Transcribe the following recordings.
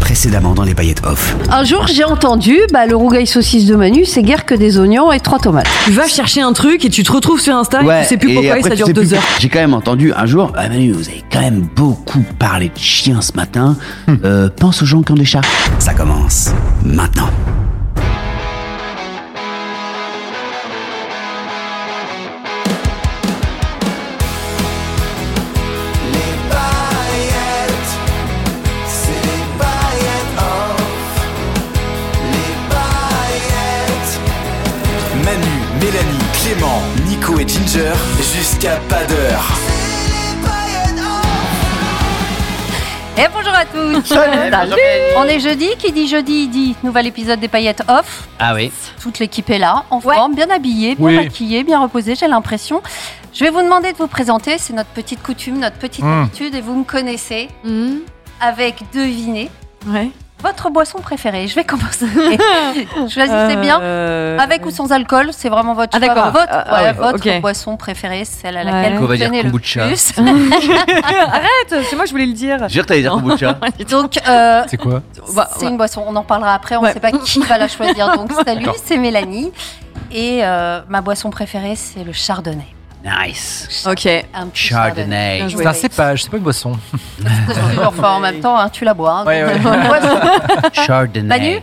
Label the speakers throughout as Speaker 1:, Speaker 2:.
Speaker 1: Précédemment dans les paillettes off.
Speaker 2: Un jour, j'ai entendu, bah, le rougail saucisse de Manu, c'est guère que des oignons et trois tomates.
Speaker 3: Tu vas chercher un truc et tu te retrouves sur Insta et Ah tu sais plus
Speaker 1: et
Speaker 3: pourquoi et
Speaker 1: après,
Speaker 3: ça
Speaker 1: tu
Speaker 3: dure
Speaker 1: sais
Speaker 3: deux
Speaker 1: plus-
Speaker 3: heures.
Speaker 1: J'ai quand même entendu un jour, ah Manu, vous avez quand même beaucoup parlé de chiens ce matin. Euh, pense aux gens qui ont des chats. Ça commence maintenant.
Speaker 4: Manu, Mélanie, Clément, Nico et Ginger, jusqu'à pas d'heure.
Speaker 2: Et bonjour à tous Salut. On est jeudi, qui dit jeudi, il dit nouvel épisode des paillettes off.
Speaker 1: Ah oui.
Speaker 2: Toute l'équipe est là, en forme, bien habillée, bien maquillée, bien reposée, j'ai l'impression. Je vais vous demander de vous présenter, c'est notre petite coutume, notre petite habitude, et vous me connaissez avec deviner
Speaker 5: Mmh. Ouais.
Speaker 2: votre boisson préférée. Je vais commencer. Choisissez bien.
Speaker 3: Euh,
Speaker 2: Avec ou sans alcool, c'est vraiment votre
Speaker 5: Euh, Ah,
Speaker 2: choix.
Speaker 5: d'accord.
Speaker 2: Votre,
Speaker 5: Ah, ah,
Speaker 2: ouais,
Speaker 5: ouais,
Speaker 2: votre
Speaker 5: ok.
Speaker 2: boisson préférée, celle à
Speaker 5: Ouais.
Speaker 2: laquelle
Speaker 5: Nico
Speaker 2: vous
Speaker 1: va dire
Speaker 2: tenez le
Speaker 1: kombucha.
Speaker 2: plus.
Speaker 5: Arrête, c'est moi je voulais le dire.
Speaker 1: Jure, t'allais dire kombucha.
Speaker 2: Donc, euh,
Speaker 6: C'est quoi
Speaker 2: Bah, C'est une boisson, on en parlera après, on ne
Speaker 5: Ouais.
Speaker 2: sait pas qui va la choisir. Donc salut, c'est Mélanie. Et euh, ma boisson préférée, c'est le chardonnay.
Speaker 1: Nice.
Speaker 5: Ok.
Speaker 2: Un petit
Speaker 1: Chardonnay.
Speaker 5: Bien
Speaker 6: C'est
Speaker 5: joué.
Speaker 6: un cépage, c'est pas une boisson.
Speaker 2: chardonnay. Enfin, en même temps, hein, tu la bois. hein,
Speaker 6: Ouais,
Speaker 2: donc,
Speaker 6: ouais.
Speaker 2: euh, boisson.
Speaker 1: Chardonnay.
Speaker 2: Manu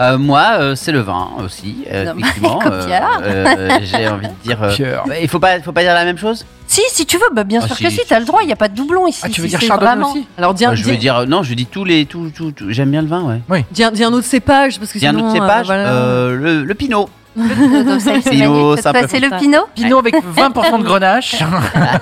Speaker 1: Euh, Moi, euh, c'est le vin aussi, euh,
Speaker 2: Non, mais
Speaker 1: effectivement. euh,
Speaker 2: copieur.
Speaker 1: euh, J'ai envie de dire. euh,
Speaker 6: Copieur.
Speaker 1: ouais, Il faut pas, faut pas dire la même chose.
Speaker 2: Si, si tu veux, bah, bien
Speaker 1: Ah,
Speaker 2: sûr
Speaker 1: si,
Speaker 2: que
Speaker 1: si,
Speaker 2: si, t'as le droit, il n'y a pas de doublon ici.
Speaker 6: Ah, tu veux
Speaker 2: si
Speaker 6: dire
Speaker 2: c'est
Speaker 6: chardonnay
Speaker 2: vraiment-
Speaker 6: aussi
Speaker 5: Alors dis
Speaker 1: Euh,
Speaker 5: un,
Speaker 1: je veux
Speaker 5: dis,
Speaker 1: dire, euh, non, je dis tous les, tout, tout, tout- j'aime bien le vin, ouais.
Speaker 5: dis un- dis un autre cépage parce que
Speaker 1: Il y a un
Speaker 5: sinon,
Speaker 1: autre
Speaker 5: euh,
Speaker 1: cépage,
Speaker 5: voilà.
Speaker 1: euh, le, le pinot.
Speaker 2: Euh, donc, ça, c'est
Speaker 1: Pinot,
Speaker 2: magnifique.
Speaker 1: ça
Speaker 2: Toi,
Speaker 1: peut-
Speaker 2: c'est le pinot.
Speaker 6: Pinot avec 20% de grenache.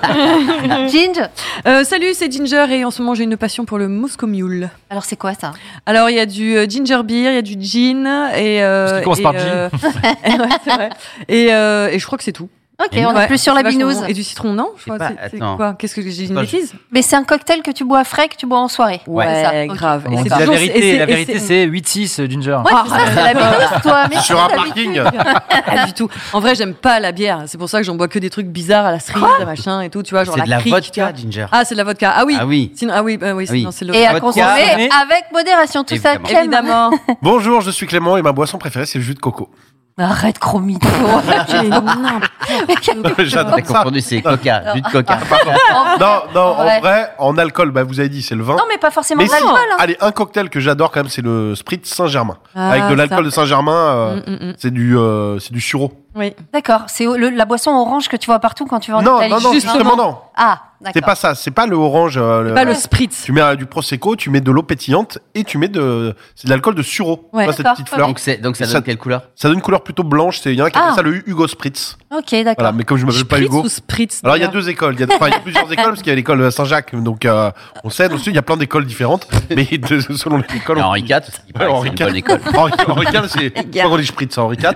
Speaker 2: Ah. Ginger.
Speaker 5: Euh, salut, c'est Ginger et en ce moment j'ai une passion pour le Moscow Mule.
Speaker 2: Alors c'est quoi ça
Speaker 5: Alors il y a du euh, ginger beer, il y a du gin et. euh,
Speaker 6: Parce qu'il commence
Speaker 5: et,
Speaker 6: par
Speaker 5: euh, ouais, c'est vrai. Et, euh, et je crois que c'est tout.
Speaker 2: Ok,
Speaker 1: Et
Speaker 2: on est
Speaker 5: Ouais,
Speaker 2: plus sur la
Speaker 5: c'est vachement
Speaker 2: binouse.
Speaker 5: bon. Et du citron, non Je
Speaker 1: sais
Speaker 5: crois
Speaker 1: pas,
Speaker 5: c'est- c'est
Speaker 1: attends.
Speaker 5: quoi Qu'est-ce que j'ai dit une
Speaker 1: Attends, je-
Speaker 5: bêtise
Speaker 2: Mais c'est un cocktail que tu bois frais, que tu bois en soirée.
Speaker 1: Ouais.
Speaker 2: C'est ça, ok.
Speaker 5: grave.
Speaker 6: On
Speaker 5: Et
Speaker 6: dit
Speaker 5: c'est
Speaker 6: la
Speaker 5: toujours- et
Speaker 6: vérité,
Speaker 5: c'est-
Speaker 6: la
Speaker 5: et
Speaker 6: vérité
Speaker 5: c'est-
Speaker 6: c'est 8-6 Ginger.
Speaker 2: Ouais, c'est ça, c'est la binouse, toi. mais
Speaker 7: Sur un
Speaker 2: c'est la
Speaker 7: parking.
Speaker 2: binouse.
Speaker 5: Ah, Pas du tout. En vrai, j'aime pas la bière. C'est pour ça que j'en bois que des trucs bizarres à la cerise, machin et tout. Tu vois, genre
Speaker 1: C'est de la
Speaker 5: crique, tu vois.
Speaker 1: vodka, Ginger.
Speaker 5: Ah, c'est de la vodka. Ah oui.
Speaker 1: Ah oui.
Speaker 5: Sinon, ah oui, bah oui,
Speaker 1: Ah oui.
Speaker 5: sinon, c'est le.
Speaker 2: Et à
Speaker 1: Vodka,
Speaker 2: consommer
Speaker 6: mais-
Speaker 2: avec modération, tout
Speaker 1: Évidemment.
Speaker 2: ça, crème.
Speaker 5: Évidemment.
Speaker 7: Bonjour, je suis Clément et ma boisson préférée c'est le jus de coco.
Speaker 2: Arrête, gros mytho.
Speaker 1: T'as
Speaker 7: J'adore ça.
Speaker 1: confondu, c'est coca, jus de coca.
Speaker 7: Non, non,
Speaker 2: Ouais.
Speaker 7: en vrai, en alcool, bah, vous avez dit c'est le vin.
Speaker 2: non, mais pas forcément
Speaker 7: Mais
Speaker 2: de l'alcool. hein.
Speaker 7: Allez, un cocktail que j'adore quand même, c'est le Spritz Saint-Germain.
Speaker 5: Ah,
Speaker 7: Avec de
Speaker 5: ça.
Speaker 7: l'alcool de Saint-Germain, euh,
Speaker 5: Mm, mm, mm.
Speaker 7: c'est du, euh, c'est du sureau.
Speaker 5: Oui.
Speaker 2: D'accord, c'est le- la boisson orange que tu vois partout quand tu vas en
Speaker 7: Non,
Speaker 2: Italie.
Speaker 7: non, non, justement, non.
Speaker 2: Ah,
Speaker 7: C'est
Speaker 2: d'accord.
Speaker 7: pas ça, c'est pas le orange. euh, le-
Speaker 5: Pas le spritz.
Speaker 7: Tu mets euh, du prosecco, tu mets de l'eau pétillante et tu mets de, c'est de l'alcool de sureau.
Speaker 5: Ouais.
Speaker 7: Tu vois, cette
Speaker 2: D'accord,
Speaker 7: petite
Speaker 2: ok.
Speaker 7: fleur.
Speaker 1: Donc, c'est- donc ça donne
Speaker 7: Ça-
Speaker 1: quelle couleur
Speaker 7: Ça donne une couleur plutôt blanche. C'est il y en a qui
Speaker 2: Ah.
Speaker 7: appellent ça le Hugo Spritz.
Speaker 2: Ok, d'accord.
Speaker 7: Voilà, mais comme je m'appelle pas
Speaker 5: Spritz
Speaker 7: Hugo,
Speaker 5: ou spritz
Speaker 7: Alors il y a
Speaker 5: d'ailleurs
Speaker 7: deux écoles, il y a, enfin, il y a plusieurs écoles parce qu'il y a l'école Saint-Jacques, donc euh, on sait, donc, il y a plein d'écoles différentes, mais de- selon les écoles.
Speaker 1: Et
Speaker 7: on-
Speaker 1: Henri IV, il
Speaker 7: Ouais,
Speaker 1: paraît que c'est
Speaker 7: Henri
Speaker 1: une
Speaker 7: IV.
Speaker 1: bonne école.
Speaker 7: Henri, Henri IV, c'est je crois qu'on dit Spritz à Henri IV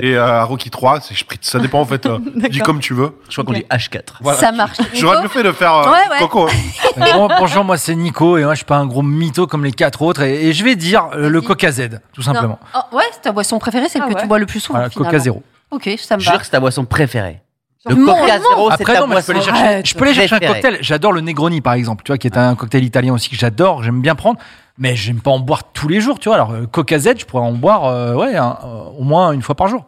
Speaker 7: et euh, à Rocky III, c'est Spritz. Ça dépend en fait, euh, tu dis
Speaker 5: D'accord.
Speaker 7: comme tu veux.
Speaker 1: Je crois qu'on dit H4.
Speaker 7: Voilà.
Speaker 2: Ça marche.
Speaker 7: J'aurais mieux
Speaker 2: Nico
Speaker 7: fait de faire euh,
Speaker 2: Ouais, ouais.
Speaker 7: Coco. hein.
Speaker 6: Bon, bonjour, moi c'est Nico et moi je suis pas un gros mytho comme les quatre autres et, et je vais dire euh, le
Speaker 2: Vas-y.
Speaker 6: Coca Z, tout simplement.
Speaker 2: Non. Oh, ouais, c'est ta boisson préférée, celle
Speaker 5: Ah
Speaker 2: que
Speaker 5: ouais.
Speaker 2: tu bois le plus souvent.
Speaker 6: Voilà,
Speaker 2: finalement.
Speaker 6: Coca Zéro.
Speaker 2: Ok, ça me va.
Speaker 1: Jure que c'est ta boisson préférée. Le
Speaker 2: Mon-
Speaker 1: coca zéro, Oh, c'est
Speaker 6: Après,
Speaker 1: ta
Speaker 6: non, mais je peux
Speaker 1: boisson
Speaker 6: aller chercher, je peux aller chercher un
Speaker 1: préférée.
Speaker 6: cocktail. J'adore le Negroni, par exemple, tu vois, qui est un cocktail italien aussi que j'adore, j'aime bien prendre, mais j'aime pas en boire tous les jours, tu vois. Alors, euh, Coca Z, je pourrais en boire, euh, ouais, un- euh, au moins une fois par jour.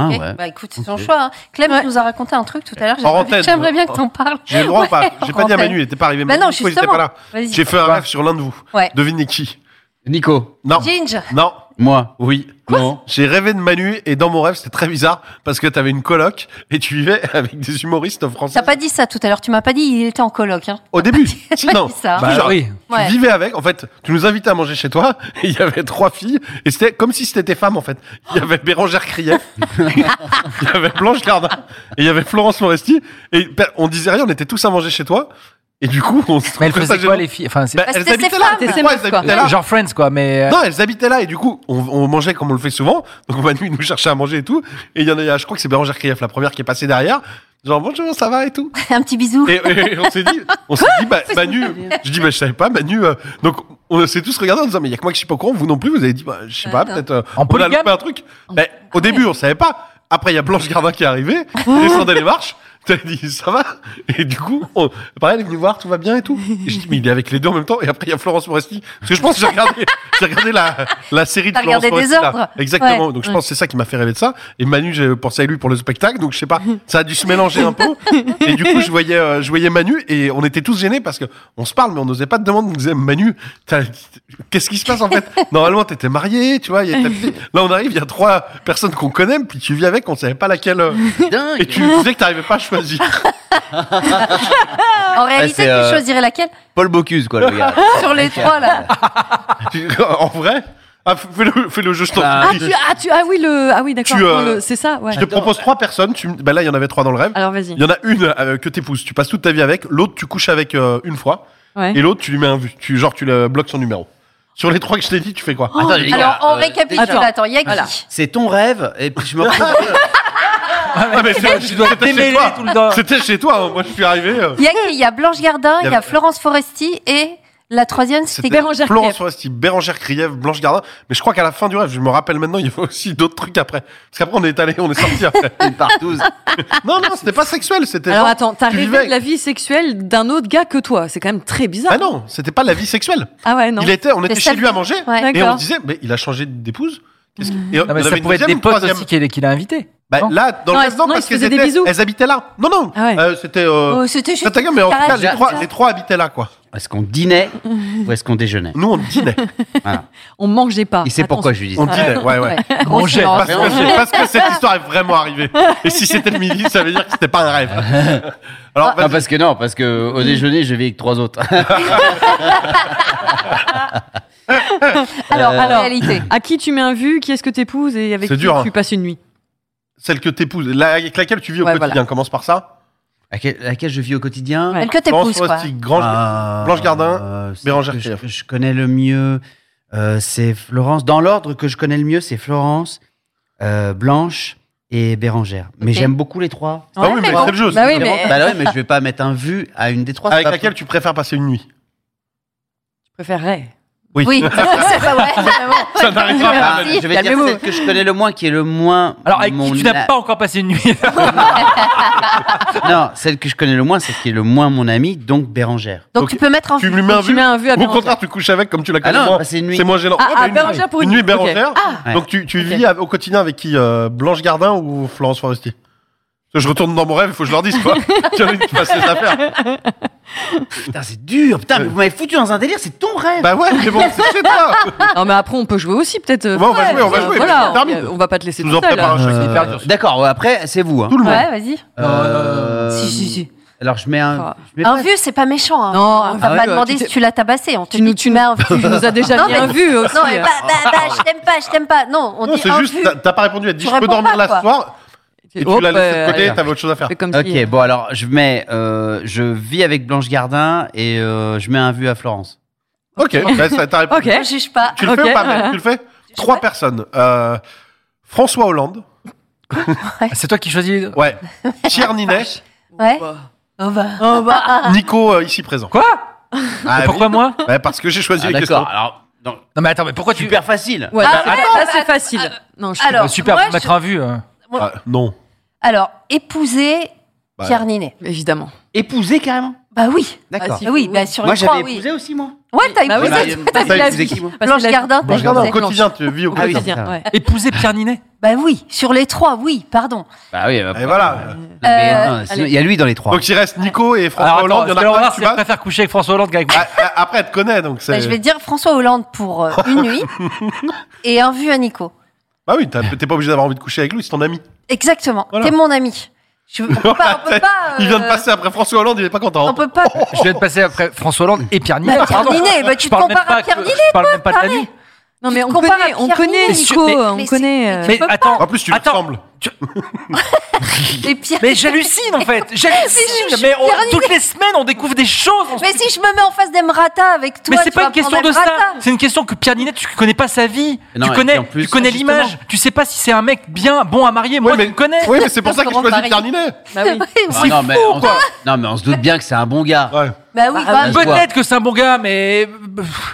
Speaker 1: Ah
Speaker 2: Ok,
Speaker 1: ouais.
Speaker 2: Bah écoute, c'est son
Speaker 1: Ok.
Speaker 2: choix. hein. Clem nous a raconté un truc tout à l'heure.
Speaker 7: Hors
Speaker 2: j'aimerais-
Speaker 7: antenne.
Speaker 2: J'aimerais bien que t'en parles.
Speaker 7: J'ai le droit ou pas
Speaker 2: Ouais,
Speaker 7: J'ai pas dit à
Speaker 2: hors
Speaker 7: Manu, il était pas arrivé.
Speaker 2: Bah
Speaker 7: mais
Speaker 2: non,
Speaker 7: du coup, il était
Speaker 2: justement.
Speaker 7: pas là.
Speaker 2: antenne. Vas-y.
Speaker 7: J'ai fait un rêve sur l'un de vous.
Speaker 2: Ouais.
Speaker 7: Devinez qui
Speaker 1: Nico,
Speaker 7: Non.
Speaker 2: Ginger.
Speaker 7: Non.
Speaker 1: moi,
Speaker 7: Oui.
Speaker 1: non.
Speaker 7: J'ai rêvé de Manu et dans mon rêve c'était très bizarre parce que t'avais une coloc et tu vivais avec des humoristes français.
Speaker 2: T'as pas dit ça tout à l'heure. Tu m'as pas dit il était en coloc. hein.
Speaker 7: Au début, sinon,
Speaker 2: dit ça.
Speaker 6: Bah,
Speaker 7: genre,
Speaker 6: oui.
Speaker 7: tu
Speaker 2: Ouais.
Speaker 7: vivais avec. En fait, tu nous invitais à manger chez toi. Et il y avait trois filles et c'était comme si c'était tes femmes en fait. Il y avait Bérangère Krief, il y avait Blanche Cardin et il y avait Florence Foresti. Et pe- on disait rien. On était tous à manger chez toi. Et du coup, on se
Speaker 6: Mais elles faisaient
Speaker 7: trouvait ça
Speaker 6: quoi,
Speaker 7: gênant.
Speaker 6: les filles Enfin, c'est-
Speaker 7: Bah,
Speaker 2: Parce que
Speaker 7: elles
Speaker 2: c'est
Speaker 7: habitaient
Speaker 2: ses
Speaker 7: là.
Speaker 2: femmes.
Speaker 7: Pourquoi
Speaker 5: C'est ses
Speaker 7: elles
Speaker 5: meufs,
Speaker 7: habitaient
Speaker 5: quoi.
Speaker 7: là
Speaker 6: Genre Friends, quoi, mais.
Speaker 7: Non, elles habitaient là et du coup, on, on mangeait comme on le fait souvent. Donc Manu, il nous cherchait à manger et tout. Et il y en a, je crois que c'est Bérangère Krief, la première qui est passée derrière. Genre bonjour, ça va et tout.
Speaker 2: Un petit bisou.
Speaker 7: Et, et on s'est dit, on s'est dit, bah, Manu, je dis, bah, je savais pas, Manu. euh, donc on s'est tous regardés en disant, mais il y a que moi qui suis pas au courant, vous non plus, vous avez dit, bah, je sais pas, peut-être. euh,
Speaker 6: En
Speaker 7: on a
Speaker 6: polygame
Speaker 7: loupé un truc. Bah, au début, on savait pas. Après, il y a Blanche Gardin qui est arrivée, descendait les marches. T'as dit, ça va Et du coup, on, pareil, elle est venue voir, tout va bien et tout. Et je dis, mais il est avec les deux en même temps. Et après, il y a Florence Foresti. Parce que je pense que j'ai regardé, j'ai regardé la, la série de
Speaker 2: T'as
Speaker 7: Florence
Speaker 2: regardé
Speaker 7: Foresti. là.
Speaker 2: Désordre
Speaker 7: Exactement.
Speaker 2: Ouais.
Speaker 7: Donc, je pense que c'est ça qui m'a fait rêver de ça. Et Manu, j'ai pensé à lui pour le spectacle. Donc, je sais pas, ça a dû se mélanger un peu. Et du coup, je voyais, euh, je voyais Manu et on était tous gênés parce que on se parle, mais on n'osait pas te demander. On disait, Manu, t'as- qu'est-ce qui se passe en fait Normalement, t'étais marié, tu vois. il y a ta fille. Là, on arrive, il y a trois personnes qu'on connaît, puis tu vis avec, on savait pas laquelle. euh,
Speaker 1: Dingue.
Speaker 7: Et tu disais que t'arrivais pas à choisir.
Speaker 2: En réalité,
Speaker 1: c'est,
Speaker 2: tu
Speaker 1: euh,
Speaker 2: choisirais laquelle
Speaker 1: Paul Bocuse, quoi, le gars.
Speaker 7: Ah
Speaker 2: Sur les trois, là.
Speaker 7: Tu- en vrai, ah, f- fais-le, fais le jeu, je t'en
Speaker 1: Ah,
Speaker 5: Ah,
Speaker 7: prie.
Speaker 5: tu, ah, tu, ah oui, le, ah oui, d'accord.
Speaker 7: Tu, euh,
Speaker 5: Non, le- C'est ça, ouais.
Speaker 7: Je te propose trois personnes. Tu, me- bah là, il y en avait trois dans le rêve.
Speaker 5: Alors vas-y.
Speaker 7: Il y en a une euh, que t'épouses, tu passes toute ta vie avec. L'autre, tu couches avec euh, une fois.
Speaker 5: Ouais.
Speaker 7: Et l'autre, tu lui mets un vu. Tu, genre, tu le bloques son numéro. Sur les trois que je t'ai dit, tu fais quoi Ah,
Speaker 1: Attends, les gars,
Speaker 2: Alors, on
Speaker 1: euh,
Speaker 2: récapitule.
Speaker 1: déjà,
Speaker 2: Attends, attends, il y a qui
Speaker 1: voilà. C'est ton rêve, et puis je me retrouve.
Speaker 7: Ah, mais c'est- c'était chez
Speaker 6: démêler
Speaker 7: toi.
Speaker 6: euh, tout le temps.
Speaker 7: C'était chez toi. hein. Moi, je suis arrivé. euh,
Speaker 2: Il y a qui Il y a Blanche Gardin, il y a Florence Foresti et la troisième, c'était
Speaker 7: c'était
Speaker 5: Bérangère
Speaker 7: Florence
Speaker 5: Krief.
Speaker 7: Foresti, Bérangère Krief, Blanche Gardin. Mais je crois qu'à la fin du rêve, je me rappelle maintenant, il y avait aussi d'autres trucs après. Parce qu'après, on est allé, on est sorti après.
Speaker 1: Une partouze.
Speaker 7: non, non, c'était pas sexuel. C'était.
Speaker 5: Alors
Speaker 7: genre,
Speaker 5: attends, t'as
Speaker 7: tu
Speaker 5: rêvé
Speaker 7: vivais
Speaker 5: de la vie sexuelle d'un autre gars que toi. C'est quand même très bizarre.
Speaker 7: Ah non, c'était pas la vie sexuelle.
Speaker 5: Ah ouais, non.
Speaker 7: Il était, on était
Speaker 2: Le
Speaker 7: chez lui à
Speaker 2: selfie.
Speaker 7: manger
Speaker 2: Ouais.
Speaker 7: et on
Speaker 5: D'accord.
Speaker 7: se disait, mais il a changé d'épouse. Qu'est-ce que- Et on
Speaker 6: Non, mais
Speaker 7: avait
Speaker 6: ça
Speaker 7: une
Speaker 6: pouvait être des
Speaker 7: deuxième ou
Speaker 6: potes
Speaker 7: troisième.
Speaker 6: aussi qu'il qu'il a invités.
Speaker 7: Bah,
Speaker 6: non
Speaker 7: là, dans
Speaker 5: Non,
Speaker 7: le
Speaker 5: elles-
Speaker 7: rêve, non,
Speaker 5: non,
Speaker 7: parce
Speaker 5: ils se
Speaker 7: qu'elles
Speaker 5: faisaient des
Speaker 7: étaient-
Speaker 5: bisous.
Speaker 7: elles habitaient là. Non, non,
Speaker 5: Ah ouais.
Speaker 7: euh, c'était. Euh...
Speaker 2: Oh, c'était juste.
Speaker 7: pas ta gueule, mais en tout cas, les
Speaker 2: Carré-
Speaker 7: trois, les trois habitaient là, quoi.
Speaker 1: Est-ce qu'on dînait ou est-ce qu'on déjeunait
Speaker 7: Nous, on dînait.
Speaker 5: On mangeait pas.
Speaker 1: Il sait
Speaker 5: Attention.
Speaker 1: pourquoi je lui dis
Speaker 7: On
Speaker 1: ça.
Speaker 7: dînait, ouais, ouais.
Speaker 5: Gros
Speaker 6: Mangeait,
Speaker 5: silence.
Speaker 7: Parce que, c'est- parce que cette histoire est vraiment arrivée. Et si c'était le midi, ça veut dire que c'était pas un rêve.
Speaker 6: Ah,
Speaker 7: Alors,
Speaker 1: Non,
Speaker 7: vas-y.
Speaker 1: parce que non, parce que au déjeuner, je vais avec trois autres.
Speaker 2: Alors,
Speaker 7: Euh,
Speaker 5: alors.
Speaker 2: en réalité.
Speaker 5: À qui tu mets un vu Qui est-ce que t'épouses Et avec
Speaker 7: C'est
Speaker 5: qui
Speaker 7: dur, hein.
Speaker 5: tu passes une nuit
Speaker 7: celle que t'épouses, la- avec laquelle tu vis au
Speaker 5: Ouais,
Speaker 7: quotidien, commence par ça.
Speaker 1: laquelle, laquelle je vis au quotidien
Speaker 5: Ouais.
Speaker 2: Elle que
Speaker 7: Florence
Speaker 2: t'épouses, quoi.
Speaker 7: Foresti, Grange-
Speaker 6: Ah.
Speaker 1: Euh,
Speaker 7: Blanche Gardin,
Speaker 1: euh, celle
Speaker 7: Bérangère
Speaker 1: que je,
Speaker 7: Krief.
Speaker 1: que je connais le mieux, euh, c'est Florence. Dans l'ordre que je connais le mieux, c'est Florence, euh, Blanche et Bérangère. Mais
Speaker 2: Ok.
Speaker 1: j'aime beaucoup les trois.
Speaker 7: Ah oui, mais
Speaker 5: bon.
Speaker 7: c'est le jeu,
Speaker 5: Bah
Speaker 7: c'est
Speaker 5: oui, mais
Speaker 1: Bah ouais, mais je vais pas mettre un vu à une des trois.
Speaker 7: Avec
Speaker 1: c'est
Speaker 6: Ah.
Speaker 1: pas
Speaker 7: laquelle tu préfères passer une nuit.
Speaker 5: je préférerais.
Speaker 7: Oui.
Speaker 2: Oui, c'est pas vrai.
Speaker 7: ça n'arrivera pas.
Speaker 1: Ah,
Speaker 2: Merci.
Speaker 1: je vais dire
Speaker 5: Calmez-vous.
Speaker 1: celle que je connais le moins, qui est le moins.
Speaker 6: Alors, avec
Speaker 1: mon
Speaker 6: qui tu n'as
Speaker 1: a-
Speaker 6: pas encore passé une nuit
Speaker 1: Non, celle que je connais le moins, celle qui est le moins mon amie, donc Bérangère.
Speaker 2: Donc
Speaker 7: Ok.
Speaker 2: tu peux mettre un.
Speaker 7: Tu lui mets un
Speaker 5: Tu
Speaker 7: vu.
Speaker 5: mets un vu à
Speaker 7: Ou au
Speaker 5: Bérangère.
Speaker 7: contraire, tu couches avec comme tu la
Speaker 1: Ah
Speaker 7: connais.
Speaker 1: non,
Speaker 7: moins.
Speaker 1: bah, c'est une nuit.
Speaker 7: C'est moins gênant.
Speaker 5: Ah,
Speaker 7: Ouais,
Speaker 5: ah,
Speaker 7: bah, une
Speaker 5: Bérangère
Speaker 7: nuit.
Speaker 5: pour une
Speaker 7: Une nuit
Speaker 5: nuit.
Speaker 7: Bérangère.
Speaker 1: Ah.
Speaker 7: Donc tu, tu
Speaker 5: Ok.
Speaker 7: vis avec- au quotidien avec qui euh, Blanche Gardin ou Florence Foresti Parce que Je retourne dans mon rêve, il faut que je leur dise quoi. Qu'il y en a une qui fasse les affaires.
Speaker 1: Putain, c'est dur. Putain, mais vous m'avez foutu dans un délire, c'est ton rêve.
Speaker 7: Euh. Bah ouais, mais bon, c'est chez toi.
Speaker 2: Ah.
Speaker 5: Non, mais après, on peut jouer aussi, peut-être. euh,
Speaker 7: Ouais, on va
Speaker 5: Fred.
Speaker 7: jouer, on va
Speaker 5: Euh,
Speaker 7: jouer,
Speaker 5: Voilà,
Speaker 7: mais
Speaker 5: on-
Speaker 7: termine.
Speaker 5: on va pas te laisser
Speaker 7: Nous
Speaker 5: tout
Speaker 7: en
Speaker 5: seul.
Speaker 7: prépare un
Speaker 5: hein.
Speaker 7: chèque.
Speaker 6: Euh,
Speaker 7: hyper dur.
Speaker 1: D'accord, ouais, après, c'est vous. Hein.
Speaker 7: Tout le monde.
Speaker 2: Ouais, vas-y.
Speaker 1: Euh,
Speaker 2: Si, si, Oh. si.
Speaker 1: Alors, je mets un.
Speaker 5: Ah.
Speaker 1: je mets
Speaker 2: Un
Speaker 1: pas-
Speaker 2: vieux, c'est pas méchant. Hein.
Speaker 5: Non,
Speaker 2: on
Speaker 5: un
Speaker 2: va
Speaker 5: vieux,
Speaker 2: pas
Speaker 5: euh,
Speaker 2: demander
Speaker 5: tu
Speaker 2: si
Speaker 5: t'es-
Speaker 2: tu l'as tabassé. On te
Speaker 5: Tu nous,
Speaker 2: dit,
Speaker 5: tu,
Speaker 2: mets un vu.
Speaker 5: tu nous as déjà
Speaker 2: Non,
Speaker 5: mis
Speaker 2: mais-
Speaker 5: un vu aussi. euh.
Speaker 2: Non, mais bah, bah, bah, je t'aime pas, je t'aime pas. Non, on
Speaker 7: Non,
Speaker 2: dit
Speaker 7: c'est
Speaker 2: un
Speaker 7: juste,
Speaker 2: vu.
Speaker 7: t'as- t'as pas répondu. Elle te dit,
Speaker 2: Tu
Speaker 7: je peux
Speaker 2: réponds
Speaker 7: dormir
Speaker 2: pas,
Speaker 7: la
Speaker 2: quoi.
Speaker 7: soir. Et tu
Speaker 5: Hop,
Speaker 7: l'as laissé
Speaker 5: euh,
Speaker 7: de côté,
Speaker 5: allez,
Speaker 7: t'avais autre chose à faire.
Speaker 5: fais comme si-
Speaker 1: Ok, bon, alors, je mets. euh, je vis avec Blanche Gardin et euh, je mets un vu à Florence.
Speaker 7: Ok, bah, ça- t'as répondu.
Speaker 5: Ok.
Speaker 2: Je juge pas.
Speaker 7: Tu le fais
Speaker 5: Ok.
Speaker 7: ou pas Mel Tu le fais Trois personnes. Euh, François Hollande.
Speaker 6: C'est toi qui choisis. les-
Speaker 7: Ouais. Thierry Ninet.
Speaker 2: Ouais. On va. On va.
Speaker 7: Nico, euh, ici présent.
Speaker 6: Quoi
Speaker 7: Ah,
Speaker 6: Et Pourquoi moi
Speaker 7: oui. Bah, Parce que j'ai choisi
Speaker 1: Ah,
Speaker 7: les questions.
Speaker 1: D'accord, alors. non,
Speaker 6: Non, mais attends, mais pourquoi tu.
Speaker 1: Super facile.
Speaker 5: Ouais,
Speaker 2: Ah,
Speaker 5: là,
Speaker 2: mais-
Speaker 5: là,
Speaker 2: ah,
Speaker 5: c'est facile. Non, je
Speaker 2: alors-
Speaker 6: Euh, Super,
Speaker 2: moi,
Speaker 6: pour mettre
Speaker 2: je-
Speaker 6: un vu. euh.
Speaker 7: Ah, non.
Speaker 2: Alors, épouser
Speaker 7: Bah,
Speaker 2: Pierre Ninet.
Speaker 5: Évidemment.
Speaker 1: Épousé carrément.
Speaker 2: Bah oui.
Speaker 1: D'accord.
Speaker 5: Ah, si.
Speaker 2: Bah oui, bah sur
Speaker 1: Moi,
Speaker 2: les trois,
Speaker 1: j'avais
Speaker 2: oui. Ah
Speaker 1: épousé aussi, moi.
Speaker 2: Ouais, t'as
Speaker 5: Bah oui,
Speaker 2: épousé.
Speaker 1: Bah,
Speaker 2: t'as
Speaker 1: t'as
Speaker 2: épousé.
Speaker 1: épousé qui, moi
Speaker 5: Parce
Speaker 2: Blanche
Speaker 5: que la-
Speaker 2: Gardin,
Speaker 7: Bon,
Speaker 2: t'as
Speaker 7: Bah, je regarde
Speaker 2: épousé.
Speaker 7: au quotidien, tu vis au
Speaker 5: Ah oui,
Speaker 7: quotidien.
Speaker 1: oui, ça.
Speaker 5: ouais.
Speaker 6: Épouser Pierre Ninet.
Speaker 2: Bah oui, sur les trois, oui, pardon.
Speaker 1: Bah oui, bah,
Speaker 7: Et voilà.
Speaker 1: mais,
Speaker 2: Euh,
Speaker 1: non, sinon, il y a lui dans les trois.
Speaker 7: Donc il reste Nico et François
Speaker 6: Alors,
Speaker 7: Hollande. Il y en
Speaker 6: attends,
Speaker 7: a un
Speaker 6: Laura,
Speaker 7: que
Speaker 6: si
Speaker 7: tu
Speaker 6: elle
Speaker 7: vas.
Speaker 6: préfère coucher avec François Hollande qu'avec moi.
Speaker 7: Ah, ah, Après, elle te connaît, donc
Speaker 2: Bah,
Speaker 7: c'est.
Speaker 2: je vais dire François Hollande pour euh, une nuit et un vu à Nico.
Speaker 7: Bah oui, t'as- t'es pas obligé d'avoir envie de coucher avec lui, c'est ton ami.
Speaker 2: Exactement.
Speaker 7: Voilà.
Speaker 2: T'es mon ami. Je, on peut pas. On peut pas
Speaker 7: Il vient de
Speaker 2: euh,
Speaker 7: passer après François Hollande, il est pas content.
Speaker 2: On peut pas.
Speaker 7: Ah,
Speaker 6: Je viens de passer après François Hollande et Pierre Ninet.
Speaker 2: Bah, Pierre
Speaker 6: Pardon.
Speaker 2: Ninet, bah, tu
Speaker 6: Je
Speaker 2: te
Speaker 6: parle même
Speaker 2: compares
Speaker 6: pas
Speaker 2: à Pierre
Speaker 6: que-
Speaker 2: Ninet,
Speaker 6: Je parle même pas de la
Speaker 2: taré.
Speaker 6: nuit.
Speaker 5: Non, mais on
Speaker 2: compares à
Speaker 5: connaît, on
Speaker 2: Pierre
Speaker 5: connaît,
Speaker 2: Ninet.
Speaker 5: Nico.
Speaker 6: Mais-
Speaker 5: On
Speaker 2: mais c'est-
Speaker 5: connaît. euh,
Speaker 6: Mais attends,
Speaker 7: En plus, tu lui
Speaker 6: attends,
Speaker 7: ressembles.
Speaker 2: Les pires.
Speaker 6: Mais j'hallucine en fait,
Speaker 2: Mais je
Speaker 6: j'hallucine.
Speaker 2: suis
Speaker 6: Mais on-
Speaker 2: perdue.
Speaker 6: toutes les semaines, on découvre des choses. on se-
Speaker 2: Mais si je me mets en face d'Emrata avec toi,
Speaker 6: Mais c'est
Speaker 2: tu
Speaker 6: pas
Speaker 2: vas
Speaker 6: une question
Speaker 2: prendre
Speaker 6: de ça.
Speaker 2: Emrata.
Speaker 6: C'est une question que Pierre Ninet, tu connais pas sa vie.
Speaker 1: Non,
Speaker 6: tu
Speaker 1: et
Speaker 6: connais,
Speaker 1: puis en plus-
Speaker 6: tu connais
Speaker 1: Ah, justement.
Speaker 6: l'image. Tu sais pas si c'est un mec bien, bon à marier. Moi,
Speaker 7: Oui, mais-
Speaker 6: tu le connais.
Speaker 7: Oui, mais c'est pour ça que je
Speaker 5: Laurent
Speaker 7: choisis
Speaker 5: Paris.
Speaker 7: Carlinet.
Speaker 5: Bah oui.
Speaker 1: Ah, non, mais on, non, mais on se doute bien que c'est un bon gars.
Speaker 7: Ouais.
Speaker 2: Bah oui,
Speaker 5: Ah,
Speaker 2: bah,
Speaker 1: se voit.
Speaker 6: Peut-être que c'est un bon gars, mais.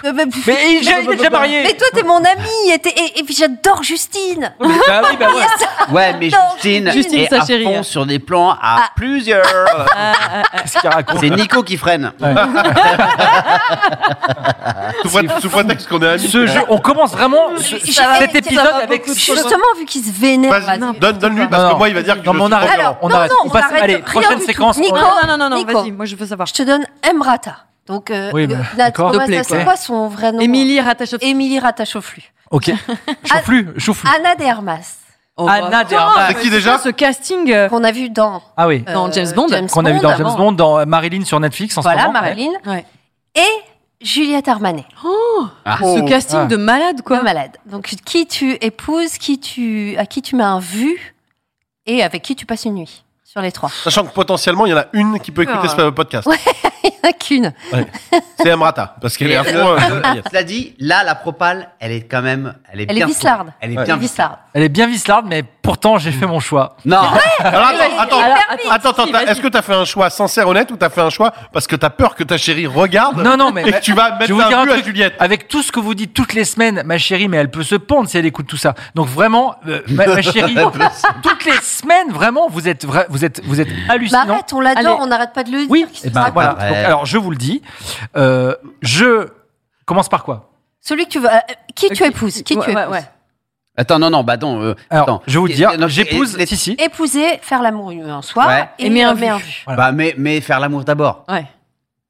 Speaker 2: mais,
Speaker 6: Mais il, il est déjà marié.
Speaker 2: bah, mais toi, t'es mon amie et, t'es- et- et puis j'adore Justine.
Speaker 6: Bah oui, bah ouais.
Speaker 1: Ah, Ouais, mais
Speaker 2: Non,
Speaker 1: Justine,
Speaker 5: Justine,
Speaker 1: est
Speaker 5: sa
Speaker 1: à
Speaker 5: chérie. hein. Ah.
Speaker 1: fond sur des plans à plusieurs.
Speaker 6: Qu'est-ce qu'il raconte
Speaker 1: C'est Nico qui freine.
Speaker 6: Ah,
Speaker 7: Sous prétexte- Sous prétexte qu'on est amis.
Speaker 6: Ce jeu, on commence vraiment ce-
Speaker 2: Ça va-
Speaker 6: cet
Speaker 2: ça
Speaker 6: épisode
Speaker 2: va
Speaker 6: avec.
Speaker 2: Justement, vu qu'il se vénère.
Speaker 7: Vas-y,
Speaker 2: vas-y.
Speaker 7: donne- donne-lui parce
Speaker 6: Non,
Speaker 7: que
Speaker 6: non.
Speaker 7: moi, il va dire que.
Speaker 6: Non,
Speaker 7: je
Speaker 6: mais on
Speaker 7: suis
Speaker 6: arrête.
Speaker 7: trop
Speaker 2: Alors,
Speaker 6: on
Speaker 2: non,
Speaker 6: arrête.
Speaker 2: non,
Speaker 6: on
Speaker 2: on
Speaker 6: passe.
Speaker 2: arrête.
Speaker 6: Allez,
Speaker 2: Rien
Speaker 6: prochaine
Speaker 2: du tout.
Speaker 6: séquence.
Speaker 2: Nico.
Speaker 6: on-
Speaker 5: Non, non, non, non,
Speaker 2: Nico.
Speaker 5: vas-y, moi je veux savoir.
Speaker 2: Je te donne Emrata. Donc, euh,
Speaker 6: Oui, mais
Speaker 2: euh, Nat,
Speaker 6: d'accord.
Speaker 2: comment
Speaker 5: S'il te plaît,
Speaker 2: ça- c'est
Speaker 6: quoi.
Speaker 2: quoi son vrai nom
Speaker 5: Émilie Rattachoff.
Speaker 2: Émilie Rattachoflu.
Speaker 6: Ok. Chaufflu, chaufflu.
Speaker 2: Anna Dermas,
Speaker 5: Oh,
Speaker 6: Anna
Speaker 5: bah,
Speaker 6: Dermas.
Speaker 5: putain,
Speaker 7: C'est
Speaker 5: mais
Speaker 7: qui déjà
Speaker 5: quoi ce casting euh,
Speaker 2: qu'on a vu dans, euh,
Speaker 6: Ah oui.
Speaker 5: Dans James Bond.
Speaker 6: Qu'on a vu dans
Speaker 2: avant.
Speaker 6: James Bond, dans euh, Marilyn sur Netflix en ce
Speaker 2: bah Voilà,
Speaker 6: moment.
Speaker 2: Marilyn.
Speaker 5: Ouais. Oh.
Speaker 2: Et Juliette Armanet,
Speaker 1: Ah.
Speaker 5: Ce casting
Speaker 6: Ah.
Speaker 5: de malade,
Speaker 2: quoi
Speaker 5: quoi.
Speaker 2: malade. Donc, qui tu épouses, qui tu, à qui tu mets un vu et avec qui tu passes une nuit sur les trois.
Speaker 7: Sachant que potentiellement, il y en a une qui peut écouter ce podcast.
Speaker 2: Il n'y en a qu'une.
Speaker 7: C'est Amrata. Parce qu'elle est à
Speaker 1: Et-
Speaker 7: fond.
Speaker 6: hein.
Speaker 7: euh,
Speaker 1: Cela dit, là, la propale, elle est quand même. Elle est,
Speaker 2: Elle est
Speaker 1: bien
Speaker 2: vicelarde.
Speaker 1: Elle est
Speaker 7: Ouais.
Speaker 1: bien
Speaker 2: Visard.
Speaker 6: Elle est bien vislarde, mais pourtant j'ai fait mon choix.
Speaker 1: Non,
Speaker 7: Alors attends, attends,
Speaker 5: Alors,
Speaker 7: attends, attends,
Speaker 5: si,
Speaker 7: t'as-
Speaker 5: vas-y.
Speaker 7: est-ce que t'as fait un choix sincère, honnête, ou t'as fait un choix parce que t'as peur que ta chérie regarde
Speaker 6: Non, non, mais-
Speaker 7: et que tu
Speaker 6: Je
Speaker 7: vas mettre
Speaker 6: vais vous dire
Speaker 7: un
Speaker 6: un
Speaker 7: but à
Speaker 6: truc,
Speaker 7: Juliette
Speaker 6: avec tout ce que vous dites toutes les semaines, ma chérie, mais elle peut se pendre si elle écoute tout ça. Donc vraiment, euh, ma, ma chérie, toutes les semaines, vraiment, vous êtes, vra- vous êtes, vous êtes
Speaker 2: Bah
Speaker 6: hallucinant.
Speaker 2: arrête, on l'adore,
Speaker 5: Allez.
Speaker 2: on n'arrête pas de le dire.
Speaker 6: oui,
Speaker 2: Qu'est-ce
Speaker 6: eh
Speaker 2: que
Speaker 6: ben,
Speaker 2: tu
Speaker 6: voilà.
Speaker 2: racontes
Speaker 1: Ouais.
Speaker 6: Donc, alors je vous le dis, euh, je commence par quoi
Speaker 2: Celui que tu veux. euh, qui tu épouses Qui
Speaker 5: Ouais,
Speaker 2: tu
Speaker 5: ouais,
Speaker 2: épouses
Speaker 5: ouais.
Speaker 1: Attends, non, non, bah non. euh,
Speaker 6: Alors,
Speaker 1: attends.
Speaker 6: je vais vous le
Speaker 1: Et-
Speaker 6: dire,
Speaker 1: et- non,
Speaker 6: j'épouse,
Speaker 1: et- les-
Speaker 6: si si,
Speaker 2: Épouser, faire l'amour un soir
Speaker 1: Ouais.
Speaker 2: et,
Speaker 5: Et
Speaker 2: aimer
Speaker 5: mettre
Speaker 2: un
Speaker 5: un
Speaker 2: vu.
Speaker 1: Bah, mais, mais faire l'amour d'abord.
Speaker 5: Ouais.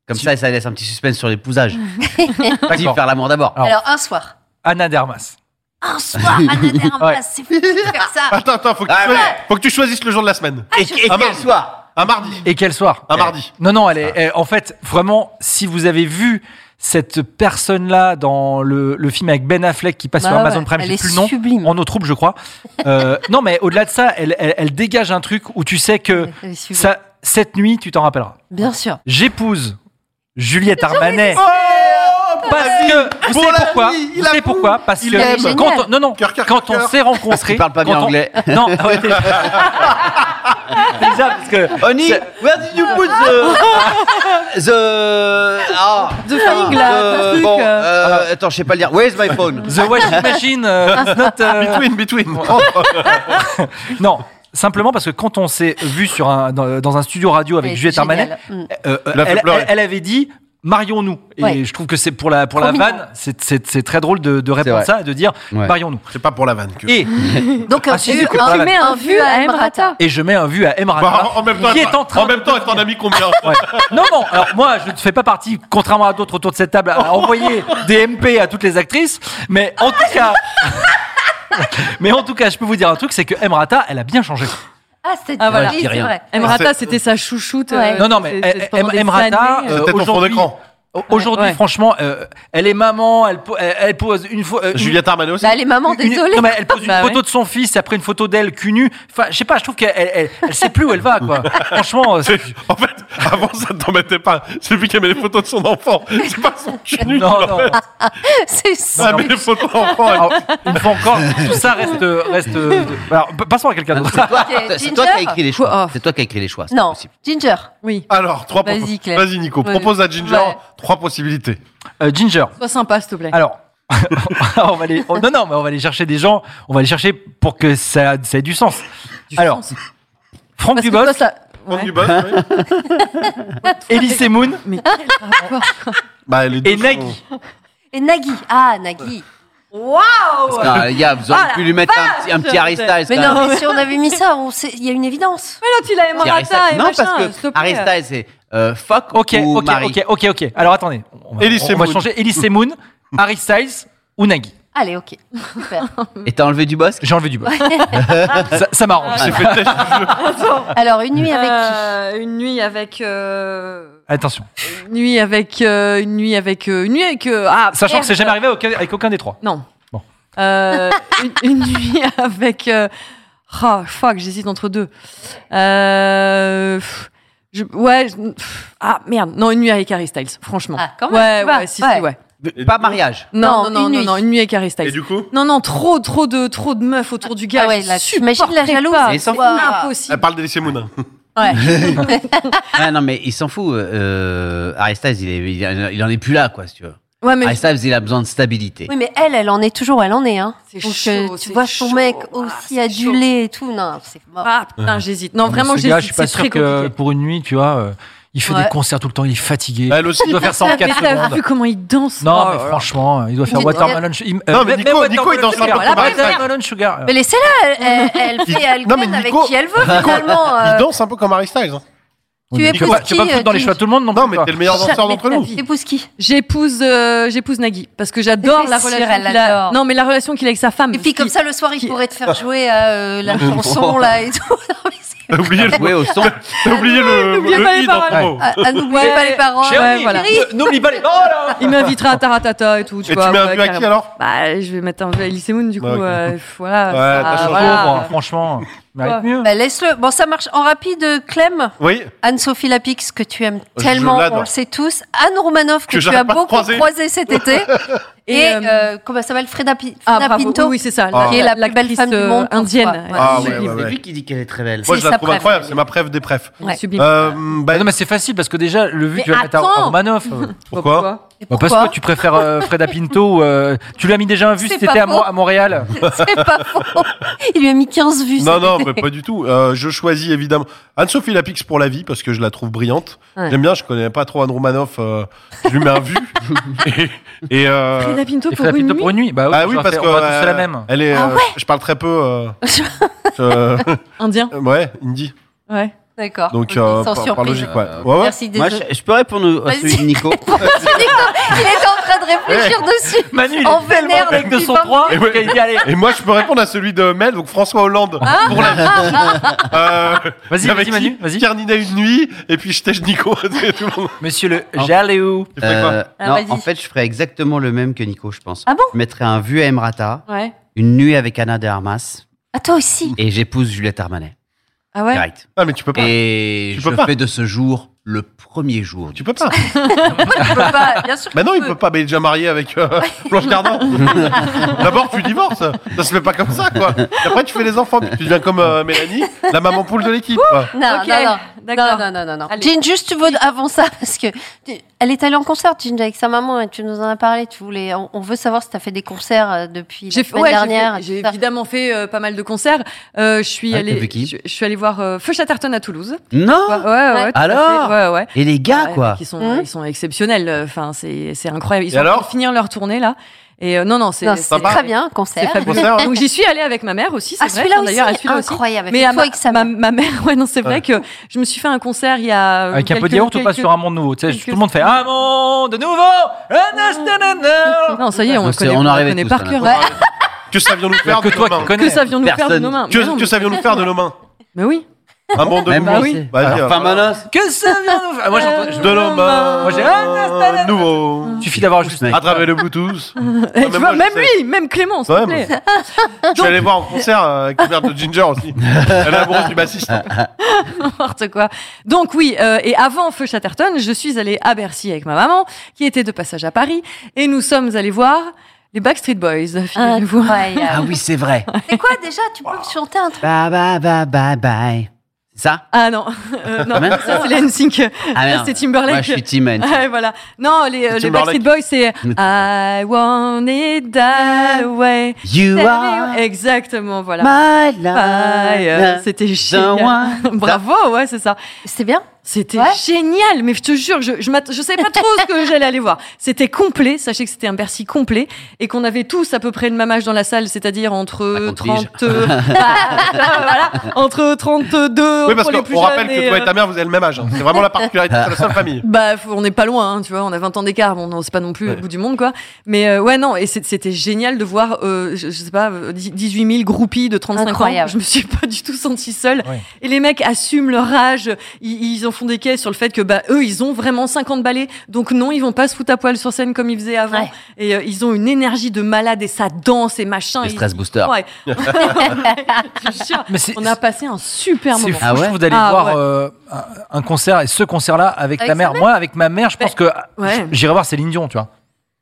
Speaker 1: Comme ça, ça laisse un petit suspense sur l'épousage. Si,
Speaker 6: d'accord. Ah,
Speaker 1: faire l'amour d'abord.
Speaker 6: Alors.
Speaker 2: Alors, un soir.
Speaker 6: Anna Dermas.
Speaker 2: Un soir, Anna Dermas, c'est fou de faire ça.
Speaker 7: Attends, attends, faut que, tu
Speaker 1: Ah,
Speaker 7: choisisses,
Speaker 1: ouais.
Speaker 7: faut que tu choisisses le jour de la semaine.
Speaker 1: Et, et
Speaker 7: Ah,
Speaker 1: quel
Speaker 7: merde.
Speaker 1: soir
Speaker 7: Un mardi.
Speaker 6: Et quel soir Eh,
Speaker 7: Un mardi. Ah.
Speaker 6: Non, non, elle est, elle- en fait, vraiment, si vous avez vu cette personne-là dans le, le film avec Ben Affleck qui passe
Speaker 2: Bah
Speaker 6: sur Amazon
Speaker 2: ouais,
Speaker 6: Prime,
Speaker 2: elle
Speaker 6: j'ai
Speaker 2: est
Speaker 6: plus le nom,
Speaker 2: sublime.
Speaker 6: en eau trouble, je crois. Euh, non, mais au-delà de ça, elle, elle- elle dégage un truc où tu sais que
Speaker 2: Elle est sublime.
Speaker 6: ça, cette nuit, tu t'en rappelleras.
Speaker 2: Bien sûr.
Speaker 6: J'épouse Juliette Armanet.
Speaker 1: Oh,
Speaker 6: Parce que, vous
Speaker 1: Pour
Speaker 6: savez
Speaker 1: la
Speaker 6: pourquoi
Speaker 1: vie, il
Speaker 6: Vous savez
Speaker 1: avoue.
Speaker 6: pourquoi Parce
Speaker 7: Il
Speaker 2: aime.
Speaker 6: que, quand on, non, non,
Speaker 7: Cœur, cœur,
Speaker 6: quand
Speaker 7: cœur,
Speaker 6: on
Speaker 7: cœur.
Speaker 6: s'est rencontrés.
Speaker 1: parle pas
Speaker 6: quand
Speaker 1: bien
Speaker 6: on-
Speaker 1: anglais.
Speaker 6: Non, ah ouais, déjà, Déjà, parce que.
Speaker 1: Honey, where did you put the. The. Ah,
Speaker 5: The flying glass,
Speaker 1: euh,
Speaker 5: un truc,
Speaker 1: Bon,
Speaker 5: euh.
Speaker 1: euh, attends, je sais pas le dire. Where's my phone
Speaker 6: The washing machine euh, is not, euh,
Speaker 7: Between, between.
Speaker 6: Non, simplement parce que quand on s'est vu sur un, dans, dans un studio radio avec
Speaker 2: Elle est
Speaker 6: Juliette Armanet,
Speaker 2: géniale. Mm.
Speaker 6: euh, euh,
Speaker 7: Elle a fait
Speaker 6: elle,
Speaker 7: pleurer.
Speaker 6: elle- elle avait dit marions-nous. Et
Speaker 2: Ouais.
Speaker 6: je trouve que c'est pour la, pour la
Speaker 2: Trop mignon.
Speaker 6: vanne, c'est- c'est c'est très drôle de, de répondre
Speaker 1: vrai.
Speaker 6: ça et de dire
Speaker 1: Ouais.
Speaker 6: marions-nous.
Speaker 7: C'est pas pour la vanne que.
Speaker 6: Et,
Speaker 2: Donc,
Speaker 6: Ah,
Speaker 2: un,
Speaker 6: si,
Speaker 2: vu-
Speaker 6: c'est que
Speaker 2: un-
Speaker 6: par là.
Speaker 2: un
Speaker 5: Mais un
Speaker 2: vu
Speaker 5: vu à Emrata.
Speaker 6: et je mets un vu à Emrata,
Speaker 7: Bah, en, en même temps,
Speaker 6: qui
Speaker 7: être-
Speaker 6: est en train. de-
Speaker 7: même temps, être en ami combien
Speaker 6: Ouais. Non, non, alors moi je ne fais pas partie, contrairement à d'autres autour de cette table, à envoyer des MP à toutes les actrices, mais en tout cas. Mais en tout cas, je peux vous dire un truc, c'est que Emrata, elle a bien changé.
Speaker 2: Ah, c'est
Speaker 5: Ah, voilà.
Speaker 2: oui, c'est
Speaker 1: rien.
Speaker 2: vrai.
Speaker 5: Emrata,
Speaker 7: C'est-
Speaker 5: c'était sa chouchoute. euh,
Speaker 2: Ouais.
Speaker 6: Non, non, mais
Speaker 5: c'est- c'est pendant des
Speaker 6: Emrata,
Speaker 5: années, euh,
Speaker 6: euh,
Speaker 7: C'était ton fond
Speaker 6: aujourd'hui,
Speaker 7: d'écran.
Speaker 6: Aujourd'hui,
Speaker 5: Ouais.
Speaker 6: franchement, euh, elle est maman, elle, po- elle- elle pose une fois. euh, une-
Speaker 7: Juliette Armanet aussi.
Speaker 2: Bah, les mamans,
Speaker 6: une-
Speaker 2: désolée.
Speaker 6: non, mais elle pose une
Speaker 5: Bah
Speaker 6: photo
Speaker 5: ouais.
Speaker 6: de son fils et après une photo d'elle cul nu. Enfin, je sais pas, je trouve qu'elle elle, elle- elle sait plus où elle va, quoi. Franchement, euh,
Speaker 7: En fait, avant ça ne t'embêtait pas. C'est lui qui aimait les photos de son enfant. C'est pas son cul nu.
Speaker 6: non, non.
Speaker 2: C'est
Speaker 7: Ça
Speaker 2: ça.
Speaker 7: met les photos d'enfant.
Speaker 6: Oh, Alors, une fois encore, tout ça reste. reste euh, alors, p- passons à quelqu'un d'autre.
Speaker 1: C'est toi,
Speaker 2: Ok,
Speaker 1: c'est toi qui as
Speaker 2: Ginger.
Speaker 1: écrit les
Speaker 5: Quoi,
Speaker 1: choix.
Speaker 5: oh.
Speaker 1: C'est toi qui as écrit les choix. c'est
Speaker 2: Non,
Speaker 1: possible.
Speaker 2: Ginger.
Speaker 5: Oui.
Speaker 7: Alors, trois
Speaker 2: Vas-y,
Speaker 7: propos-
Speaker 2: Claire.
Speaker 7: Vas-y, Nico.
Speaker 5: Ouais.
Speaker 7: Propose à Ginger
Speaker 5: Ouais.
Speaker 7: trois possibilités.
Speaker 6: Euh, Ginger.
Speaker 5: Sois sympa, s'il te plaît.
Speaker 6: Alors, on va aller. oh, non, non, mais on va aller chercher des gens. On va aller chercher pour que ça, ça ait du sens.
Speaker 5: Du
Speaker 6: alors,
Speaker 5: sens.
Speaker 6: Franck
Speaker 5: Parce que toi,
Speaker 6: Dubos,
Speaker 5: ça.
Speaker 7: Prendre
Speaker 5: Ouais.
Speaker 7: du buzz, oui.
Speaker 6: Elise Moon
Speaker 5: Mais quel rapport
Speaker 7: Bah, les deux
Speaker 6: et
Speaker 7: sont-
Speaker 6: Nagui.
Speaker 2: Et Nagui. Ah, Nagui.
Speaker 1: Parce que, euh, les gars, vous
Speaker 5: Ah,
Speaker 1: auriez pu lui mettre un petit, un petit Harry Styles.
Speaker 2: Mais
Speaker 1: quand même.
Speaker 2: non, mais si on avait mis ça, on sait- il y a une évidence.
Speaker 5: Mais non, tu l'as
Speaker 1: Petit Harry
Speaker 5: Emrata
Speaker 1: Styles.
Speaker 5: et
Speaker 1: Non,
Speaker 5: machin,
Speaker 1: parce
Speaker 5: s'il
Speaker 1: que
Speaker 5: te plaît.
Speaker 1: Harry Styles, c'est euh, fuck
Speaker 6: Ok,
Speaker 1: ou
Speaker 6: ok,
Speaker 1: Marie.
Speaker 6: ok, ok, ok. Alors attendez, on va,
Speaker 7: Elise
Speaker 6: on va
Speaker 7: Moon.
Speaker 6: changer. Elise Moon, Harry Styles ou Nagui.
Speaker 2: Allez, ok. Super.
Speaker 1: Et t'as enlevé du boss
Speaker 6: J'ai enlevé du bol. ça ça m'arrange.
Speaker 5: Ah,
Speaker 7: J'ai fait test du jeu.
Speaker 2: Alors, une nuit avec qui
Speaker 5: Euh, Une nuit avec. euh,
Speaker 6: Attention.
Speaker 5: Une nuit avec. euh, Une nuit avec. euh, Une nuit avec. euh, Ah,
Speaker 6: Sachant que c'est
Speaker 5: merde.
Speaker 6: jamais arrivé aucun- avec aucun des trois.
Speaker 5: Non.
Speaker 6: Bon.
Speaker 5: Euh, une, une nuit avec. euh, Ah, fuck, j'hésite entre deux. Euh, pff, je- ouais. je- pff, ah, merde. Non, une nuit avec Harry Styles, franchement.
Speaker 2: Ah, quand même,
Speaker 5: ouais,
Speaker 2: tu vois,
Speaker 5: ouais, si,
Speaker 2: ouais.
Speaker 5: si, ouais.
Speaker 1: Pas mariage.
Speaker 5: Non, non, non,
Speaker 2: une
Speaker 5: non,
Speaker 2: nuit.
Speaker 5: non, une nuit avec Harry Styles.
Speaker 7: Et du coup
Speaker 5: Non, non, trop, trop de, trop de meufs autour du gars.
Speaker 2: Ah ouais,
Speaker 5: je
Speaker 2: là,
Speaker 5: supporterais
Speaker 2: t'imagines la jalouse.
Speaker 5: pas.
Speaker 1: Mais ils s'en
Speaker 5: C'est
Speaker 1: foutent.
Speaker 7: Elle
Speaker 5: impossible.
Speaker 7: parle d'Elysée Moon.
Speaker 1: Ah non, mais il s'en fout. Euh, Harry Styles, il, est- il en- il en est plus là, quoi, si tu veux.
Speaker 5: Ouais, mais
Speaker 6: Ah,
Speaker 1: Harry Styles, il a besoin de stabilité.
Speaker 2: Oui, mais elle, elle en est toujours, elle en est. Hein.
Speaker 5: C'est
Speaker 2: Donc,
Speaker 5: chaud,
Speaker 2: euh,
Speaker 5: c'est
Speaker 2: tu vois son
Speaker 5: chaud.
Speaker 2: mec
Speaker 5: Ah,
Speaker 2: aussi
Speaker 5: c'est
Speaker 2: adulé et tout. Non, c'est mort.
Speaker 5: Ah, putain, j'hésite. Non,
Speaker 6: Non, mais
Speaker 5: vraiment,
Speaker 6: ce gars, je
Speaker 5: j'hésite.
Speaker 6: suis pas
Speaker 5: C'est
Speaker 6: sûr
Speaker 5: très
Speaker 6: que
Speaker 5: compliqué.
Speaker 6: pour une nuit, tu vois, euh, il fait
Speaker 2: Ouais.
Speaker 6: des concerts tout le temps, il est fatigué.
Speaker 7: Elle aussi.
Speaker 6: Il doit faire ça en
Speaker 5: Mais
Speaker 6: 4
Speaker 5: t'as
Speaker 6: secondes.
Speaker 5: vu comment il danse
Speaker 6: Non,
Speaker 5: Oh
Speaker 6: mais
Speaker 5: là là.
Speaker 6: franchement, euh, il doit faire
Speaker 2: Mais-
Speaker 6: Watermelon Sugar.
Speaker 7: Non, mais Nico- Nico, il danse un peu comme Harry Styles.
Speaker 6: Watermelon Sugar.
Speaker 2: Mais laissez-la, elle, elle, elle
Speaker 7: Il-
Speaker 2: fait, elle
Speaker 7: Non, mais
Speaker 2: traîne avec
Speaker 7: Nico-
Speaker 2: qui elle veut finalement. euh,
Speaker 7: Il danse un peu comme Harry Styles. hein.
Speaker 6: Oui,
Speaker 2: tu
Speaker 6: mais
Speaker 2: es
Speaker 6: Nico,
Speaker 2: pour
Speaker 6: bah, Tu vas
Speaker 2: qui,
Speaker 6: pas foutre dans
Speaker 2: euh,
Speaker 6: les cheveux à tout le monde non
Speaker 7: Non,
Speaker 6: plus,
Speaker 7: mais
Speaker 6: toi.
Speaker 7: t'es le meilleur
Speaker 5: Jamais
Speaker 7: danseur
Speaker 5: de
Speaker 7: d'entre
Speaker 5: la
Speaker 7: nous.
Speaker 5: vie.
Speaker 2: Épouse qui
Speaker 5: J'épouse, euh, j'épouse Nagui parce que j'adore
Speaker 2: Mais
Speaker 5: la
Speaker 2: c'est
Speaker 5: relation
Speaker 2: sûr, elle
Speaker 5: qu'il a.
Speaker 2: l'adore.
Speaker 5: Non, mais la relation qu'il a avec sa femme.
Speaker 2: Et puis comme
Speaker 5: qui-
Speaker 2: ça, le soir, il
Speaker 5: qui- Ah.
Speaker 2: pourrait te faire jouer à euh, la chanson là et tout. Non, mais c'est-
Speaker 7: T'as oublié le.
Speaker 1: Ouais, au son.
Speaker 7: T'as oublié le.
Speaker 5: n'oubliez
Speaker 7: le hein,
Speaker 5: pas les
Speaker 7: i dans
Speaker 5: paroles.
Speaker 7: ton mot.
Speaker 2: Ah, ah, n'oubliez
Speaker 5: Ouais.
Speaker 2: pas les paroles.
Speaker 6: Chérie,
Speaker 5: Ouais, voilà.
Speaker 6: ne- N'oublie pas les. Oh là
Speaker 5: Il m'invitera à Taratata et tout. Tu
Speaker 7: Et tu
Speaker 5: vois,
Speaker 7: mets un
Speaker 5: ouais,
Speaker 7: but à qui
Speaker 5: carrément.
Speaker 7: alors
Speaker 5: Bah, je vais mettre un vieux Elise Moon du coup.
Speaker 7: Ouais, ok.
Speaker 5: euh, pff, voilà.
Speaker 7: Ouais,
Speaker 5: ça-
Speaker 7: t'as changé.
Speaker 5: voilà.
Speaker 6: Pauvre, hein, franchement, mérite mieux.
Speaker 2: Bah, laisse-le. Bon, ça marche. En rapide, euh, Clem,
Speaker 7: Oui.
Speaker 2: Anne-Sophie Lapix, que tu aimes
Speaker 7: Je
Speaker 2: tellement,
Speaker 7: l'adore.
Speaker 2: on le sait tous. Anne Romanoff, que,
Speaker 7: Que
Speaker 2: tu
Speaker 7: j'arrête
Speaker 2: as
Speaker 7: pas de
Speaker 2: beaucoup
Speaker 7: croiser.
Speaker 2: croisé, cet été. Et,
Speaker 5: Et, euh,
Speaker 2: euh, comment ça s'appelle Freda, Pi-
Speaker 5: Ah,
Speaker 2: Freda
Speaker 5: bravo.
Speaker 2: Pinto.
Speaker 5: Oui, oui, c'est ça.
Speaker 7: Ah.
Speaker 2: Qui est la plus belle
Speaker 5: l'actrice,
Speaker 2: femme du
Speaker 5: euh,
Speaker 2: monde, pour soi.
Speaker 5: indienne.
Speaker 2: Ouais.
Speaker 7: Ah, ouais,
Speaker 1: C'est
Speaker 7: ouais, ouais.
Speaker 1: lui qui dit qu'elle est très belle.
Speaker 7: Moi,
Speaker 2: C'est
Speaker 7: je la
Speaker 2: sa
Speaker 7: trouve
Speaker 2: preuve.
Speaker 7: incroyable. C'est ma preuve des preuves.
Speaker 5: Elle est
Speaker 2: Ouais.
Speaker 5: sublime.
Speaker 7: Euh, bah,
Speaker 6: Non, mais c'est facile parce que déjà, le vu
Speaker 5: Mais
Speaker 6: que tu vas mettre à
Speaker 5: attends.
Speaker 6: Romanoff. euh,
Speaker 7: pourquoi
Speaker 2: Et
Speaker 6: bah,
Speaker 2: pourquoi
Speaker 6: parce que tu préfères euh, Freda Pinto. euh, tu l'as mis déjà un vu
Speaker 2: C'est
Speaker 6: si
Speaker 2: pas
Speaker 6: t'étais à, Mo-
Speaker 2: faux.
Speaker 6: à Montréal.
Speaker 2: C'est pas faux. Il lui a mis 15 vues.
Speaker 7: Non,
Speaker 2: cet
Speaker 7: non,
Speaker 2: été.
Speaker 7: mais pas du tout. Euh, je choisis évidemment Anne-Sophie Lapix pour la vie parce que je la trouve brillante.
Speaker 5: Ouais.
Speaker 7: J'aime bien, je connais pas trop Anne Romanoff. euh, je lui mets un vu. et, et, euh,
Speaker 5: Frida Pinto
Speaker 6: Et
Speaker 5: pour
Speaker 6: Freda
Speaker 5: une
Speaker 6: Pinto pour
Speaker 5: nuit.
Speaker 6: une nuit. Bah oui,
Speaker 7: ah oui,
Speaker 6: j'aurais
Speaker 7: parce
Speaker 6: fait-
Speaker 7: que
Speaker 6: on va tous
Speaker 7: euh,
Speaker 6: faire la même.
Speaker 7: elle est.
Speaker 2: Ah
Speaker 7: euh, je parle très peu. euh, euh,
Speaker 5: Indien.
Speaker 7: ouais, indie.
Speaker 5: Ouais.
Speaker 2: D'accord.
Speaker 7: Donc,
Speaker 2: Ok,
Speaker 7: euh,
Speaker 2: sans
Speaker 7: par, par
Speaker 2: surprise.
Speaker 7: logique, ouais. Ouais, ouais.
Speaker 2: Merci,
Speaker 1: Moi,
Speaker 2: désolé.
Speaker 1: je, je peux répondre à
Speaker 2: Vas-y.
Speaker 1: celui de Nico.
Speaker 2: Il est en train de réfléchir dessus.
Speaker 6: Manu, il est
Speaker 2: En
Speaker 6: tellement
Speaker 2: vénère
Speaker 6: mec de
Speaker 2: depuis
Speaker 6: son
Speaker 2: 20
Speaker 6: droit
Speaker 7: Et ouais.
Speaker 6: qu'il dit allez,
Speaker 7: Et moi, je peux répondre à celui de Mel, donc François Hollande pour la vie. Euh,
Speaker 6: Vas-y,
Speaker 7: il y avait
Speaker 6: vas-y,
Speaker 7: qui
Speaker 6: Manu, vas-y.
Speaker 7: Carnina une nuit, et puis je tèche Nico. C'est tout le monde.
Speaker 6: Monsieur le Jaléou.
Speaker 7: Tu ferais quoi
Speaker 1: Euh,
Speaker 2: Ah,
Speaker 1: non,
Speaker 2: vas-y.
Speaker 1: en fait, je ferais exactement le même que Nico, je pense.
Speaker 2: Ah bon
Speaker 1: Je mettrais un vu à Emrata,
Speaker 5: Ouais.
Speaker 1: une nuit avec Anna de Armas,
Speaker 2: Ah, toi aussi.
Speaker 1: et j'épouse Juliette Armanet.
Speaker 5: Ah ouais.
Speaker 1: Direct.
Speaker 7: Ah, mais tu peux pas.
Speaker 1: Et
Speaker 7: Tu
Speaker 1: je
Speaker 7: peux pas.
Speaker 1: fais de ce jour le premier jour.
Speaker 7: Tu peux pas.
Speaker 2: Il peut pas, bien sûr.
Speaker 7: Bah non,
Speaker 2: qu'il
Speaker 7: il peut pas, mais il est déjà marié avec euh, Blanche Gardin. D'abord, tu divorces. Ça se fait pas comme ça, quoi. Et après, tu fais les enfants. Tu deviens comme euh, Mélanie, la maman poule de l'équipe. quoi.
Speaker 2: Non,
Speaker 5: Ok,
Speaker 2: non, non, non,
Speaker 5: d'accord.
Speaker 2: non, non, non, non.
Speaker 5: Allez.
Speaker 2: Jean, juste tu veux avant ça parce que tu- elle est allée en concert, Jean, avec sa maman et tu nous en as parlé. Tu voulais, on, on veut savoir si t'as fait des concerts euh, depuis la
Speaker 5: J'ai fait-
Speaker 2: semaine
Speaker 5: ouais, j'ai
Speaker 2: dernière.
Speaker 5: fait- j'ai évidemment fait euh, pas mal de concerts. Euh, je suis
Speaker 1: Ah, t'as
Speaker 5: allée,
Speaker 1: vu qui
Speaker 5: je, je suis allée voir euh, Feu Chatterton à Toulouse.
Speaker 2: Oh.
Speaker 1: Non
Speaker 5: Ouais, ouais, ouais, tout à
Speaker 1: Alors
Speaker 5: fait. ouais, ouais.
Speaker 1: Et les gars,
Speaker 5: Ouais,
Speaker 1: quoi
Speaker 5: Ils sont,
Speaker 2: Mhm.
Speaker 5: ils sont exceptionnels. euh, Enfin, c'est, c'est incroyable. Ils
Speaker 7: Et
Speaker 5: sont en train
Speaker 7: alors
Speaker 5: de finir leur tournée là. Et euh, non, non, c'est,
Speaker 2: Non,
Speaker 5: c'est-
Speaker 2: c'est très bien,
Speaker 5: c'est
Speaker 2: concert.
Speaker 5: fabuleux.
Speaker 7: Concert, hein.
Speaker 5: Donc j'y suis allée avec ma mère aussi. C'est
Speaker 2: Ah,
Speaker 5: vrai,
Speaker 2: celui-là
Speaker 5: Enfin, d'ailleurs,
Speaker 2: aussi,
Speaker 5: à celui-là aussi.
Speaker 2: incroyable.
Speaker 5: Mais à
Speaker 2: toi
Speaker 5: ma,
Speaker 2: avec sa
Speaker 5: ma,
Speaker 2: mère.
Speaker 5: ma mère, ouais, non, c'est vrai
Speaker 7: Ouais.
Speaker 5: que je me suis fait un concert il y a euh,
Speaker 6: Avec un peu
Speaker 5: quelques-
Speaker 6: de yaourt, on passe
Speaker 5: quelques-
Speaker 6: sur un monde nouveau. Tu sais,
Speaker 5: quelques-
Speaker 6: tout le monde fait un monde nouveau.
Speaker 5: Non, ça y est, on
Speaker 1: Non,
Speaker 5: le
Speaker 1: c'est-
Speaker 5: connaît,
Speaker 1: on
Speaker 5: on le
Speaker 1: arrivait
Speaker 5: connaît
Speaker 1: tous,
Speaker 5: par
Speaker 1: hein.
Speaker 5: cœur.
Speaker 2: Ouais.
Speaker 7: Que savions-nous
Speaker 6: Il y a
Speaker 7: faire
Speaker 6: que
Speaker 7: de
Speaker 6: toi
Speaker 7: nos mains
Speaker 6: qui connais.
Speaker 5: Que savions-nous faire de
Speaker 1: Personne.
Speaker 5: nos mains Mais non,
Speaker 7: que, que savions-nous faire de nos mains
Speaker 5: Mais oui.
Speaker 7: Un banc de
Speaker 1: Même
Speaker 5: Bah
Speaker 7: nouveau.
Speaker 1: lui,
Speaker 5: oui.
Speaker 1: c'est-
Speaker 7: Vas-y,
Speaker 1: Alors,
Speaker 7: euh,
Speaker 1: Farmanos
Speaker 6: Que savions-nous faire Moi, j'entends.
Speaker 5: Euh,
Speaker 6: je-
Speaker 7: De Euh, nos mains.
Speaker 6: Moi, j'ai-
Speaker 7: un nouveau.
Speaker 6: Il suffit d'avoir juste.
Speaker 7: À travers le Bluetooth.
Speaker 5: Eh, tu
Speaker 7: même
Speaker 5: vois,
Speaker 7: moi, je
Speaker 5: même
Speaker 7: sais.
Speaker 5: lui, même Clément, s'il
Speaker 7: Ouais,
Speaker 5: te
Speaker 7: mais-
Speaker 5: plaît.
Speaker 7: Je suis allé voir en concert euh, avec la mère de Ginger aussi. Elle est amoureuse du bassiste.
Speaker 5: Ah. N'importe quoi. Donc oui, euh, et avant Feu Chatterton, je suis allée à Bercy avec ma maman, qui était de passage à Paris, et nous sommes allés voir les Backstreet Boys. figurez-vous.
Speaker 1: Ah
Speaker 2: Incroyable.
Speaker 1: oui, c'est vrai.
Speaker 2: euh, C'est quoi déjà Tu peux chanter un truc
Speaker 1: bye bye bye bye bye. C'est ça
Speaker 5: Ah non, euh, non,
Speaker 1: Même
Speaker 5: ça c'est les NSYNC.
Speaker 1: Ah
Speaker 5: Ça,
Speaker 1: merde.
Speaker 5: c'est Timberlake.
Speaker 1: Moi, je suis Team N.
Speaker 5: Ah, voilà. Non, les, euh, les Backstreet
Speaker 7: Timberlake.
Speaker 5: Boys, c'est I want it that way.
Speaker 1: You are
Speaker 5: Exactement, voilà.
Speaker 1: my
Speaker 5: Ah, et, euh,
Speaker 1: life.
Speaker 5: C'était génial.
Speaker 1: someone-
Speaker 5: Bravo, ouais, c'est ça.
Speaker 2: C'était bien.
Speaker 5: C'était
Speaker 2: Ouais.
Speaker 5: génial, mais je te jure, je je, m'att- je savais pas trop ce que j'allais aller voir. C'était complet, sachez que c'était un Bercy complet et qu'on avait tous à peu près le même âge dans la salle, c'est-à-dire
Speaker 7: Bah,
Speaker 5: entre
Speaker 1: 50 piges.
Speaker 5: 30 voilà, entre 32
Speaker 7: Oui, parce
Speaker 5: pour les plus
Speaker 7: qu'on
Speaker 5: jeunes
Speaker 7: rappelle que
Speaker 5: et,
Speaker 7: toi
Speaker 5: euh,
Speaker 7: et ta mère, vous avez le même âge. hein. C'est vraiment la particularité de la seule famille.
Speaker 5: bah, faut- on n'est pas loin, hein, tu vois, on a 20 ans d'écart, bon, non, c'est pas non plus
Speaker 7: Ouais.
Speaker 5: au bout du monde, quoi. Mais euh, ouais, non, et c'est- c'était génial de voir, euh, je, je sais pas, euh, dix- 18 000 groupies de 35 ans.
Speaker 2: Incroyable.
Speaker 5: Je me suis pas du tout sentie seule.
Speaker 6: Ouais.
Speaker 5: Et les mecs assument leur âge, ils, ils ont font des caisses sur le fait que bah eux ils ont vraiment 50 balais donc non ils vont pas se foutre à poil sur scène comme ils faisaient avant
Speaker 2: Ouais.
Speaker 5: et euh, ils ont une énergie de malade et ça danse et machin
Speaker 1: Le
Speaker 5: Ils-
Speaker 1: stress booster.
Speaker 5: Ouais. Je te jure,
Speaker 6: Mais c'est-
Speaker 5: on a passé un super
Speaker 6: C'est
Speaker 5: moment
Speaker 6: fou,
Speaker 1: Ah
Speaker 6: je
Speaker 1: ouais
Speaker 6: trouve, d'aller
Speaker 5: Ah
Speaker 6: voir
Speaker 5: ouais.
Speaker 6: euh, un- un concert et ce concert-là
Speaker 2: Avec
Speaker 6: avec, ta
Speaker 2: sa
Speaker 6: mère.
Speaker 2: mère
Speaker 6: Moi, avec ma mère, je pense que ah,
Speaker 5: ouais.
Speaker 6: j'irai voir Céline Dion, tu vois.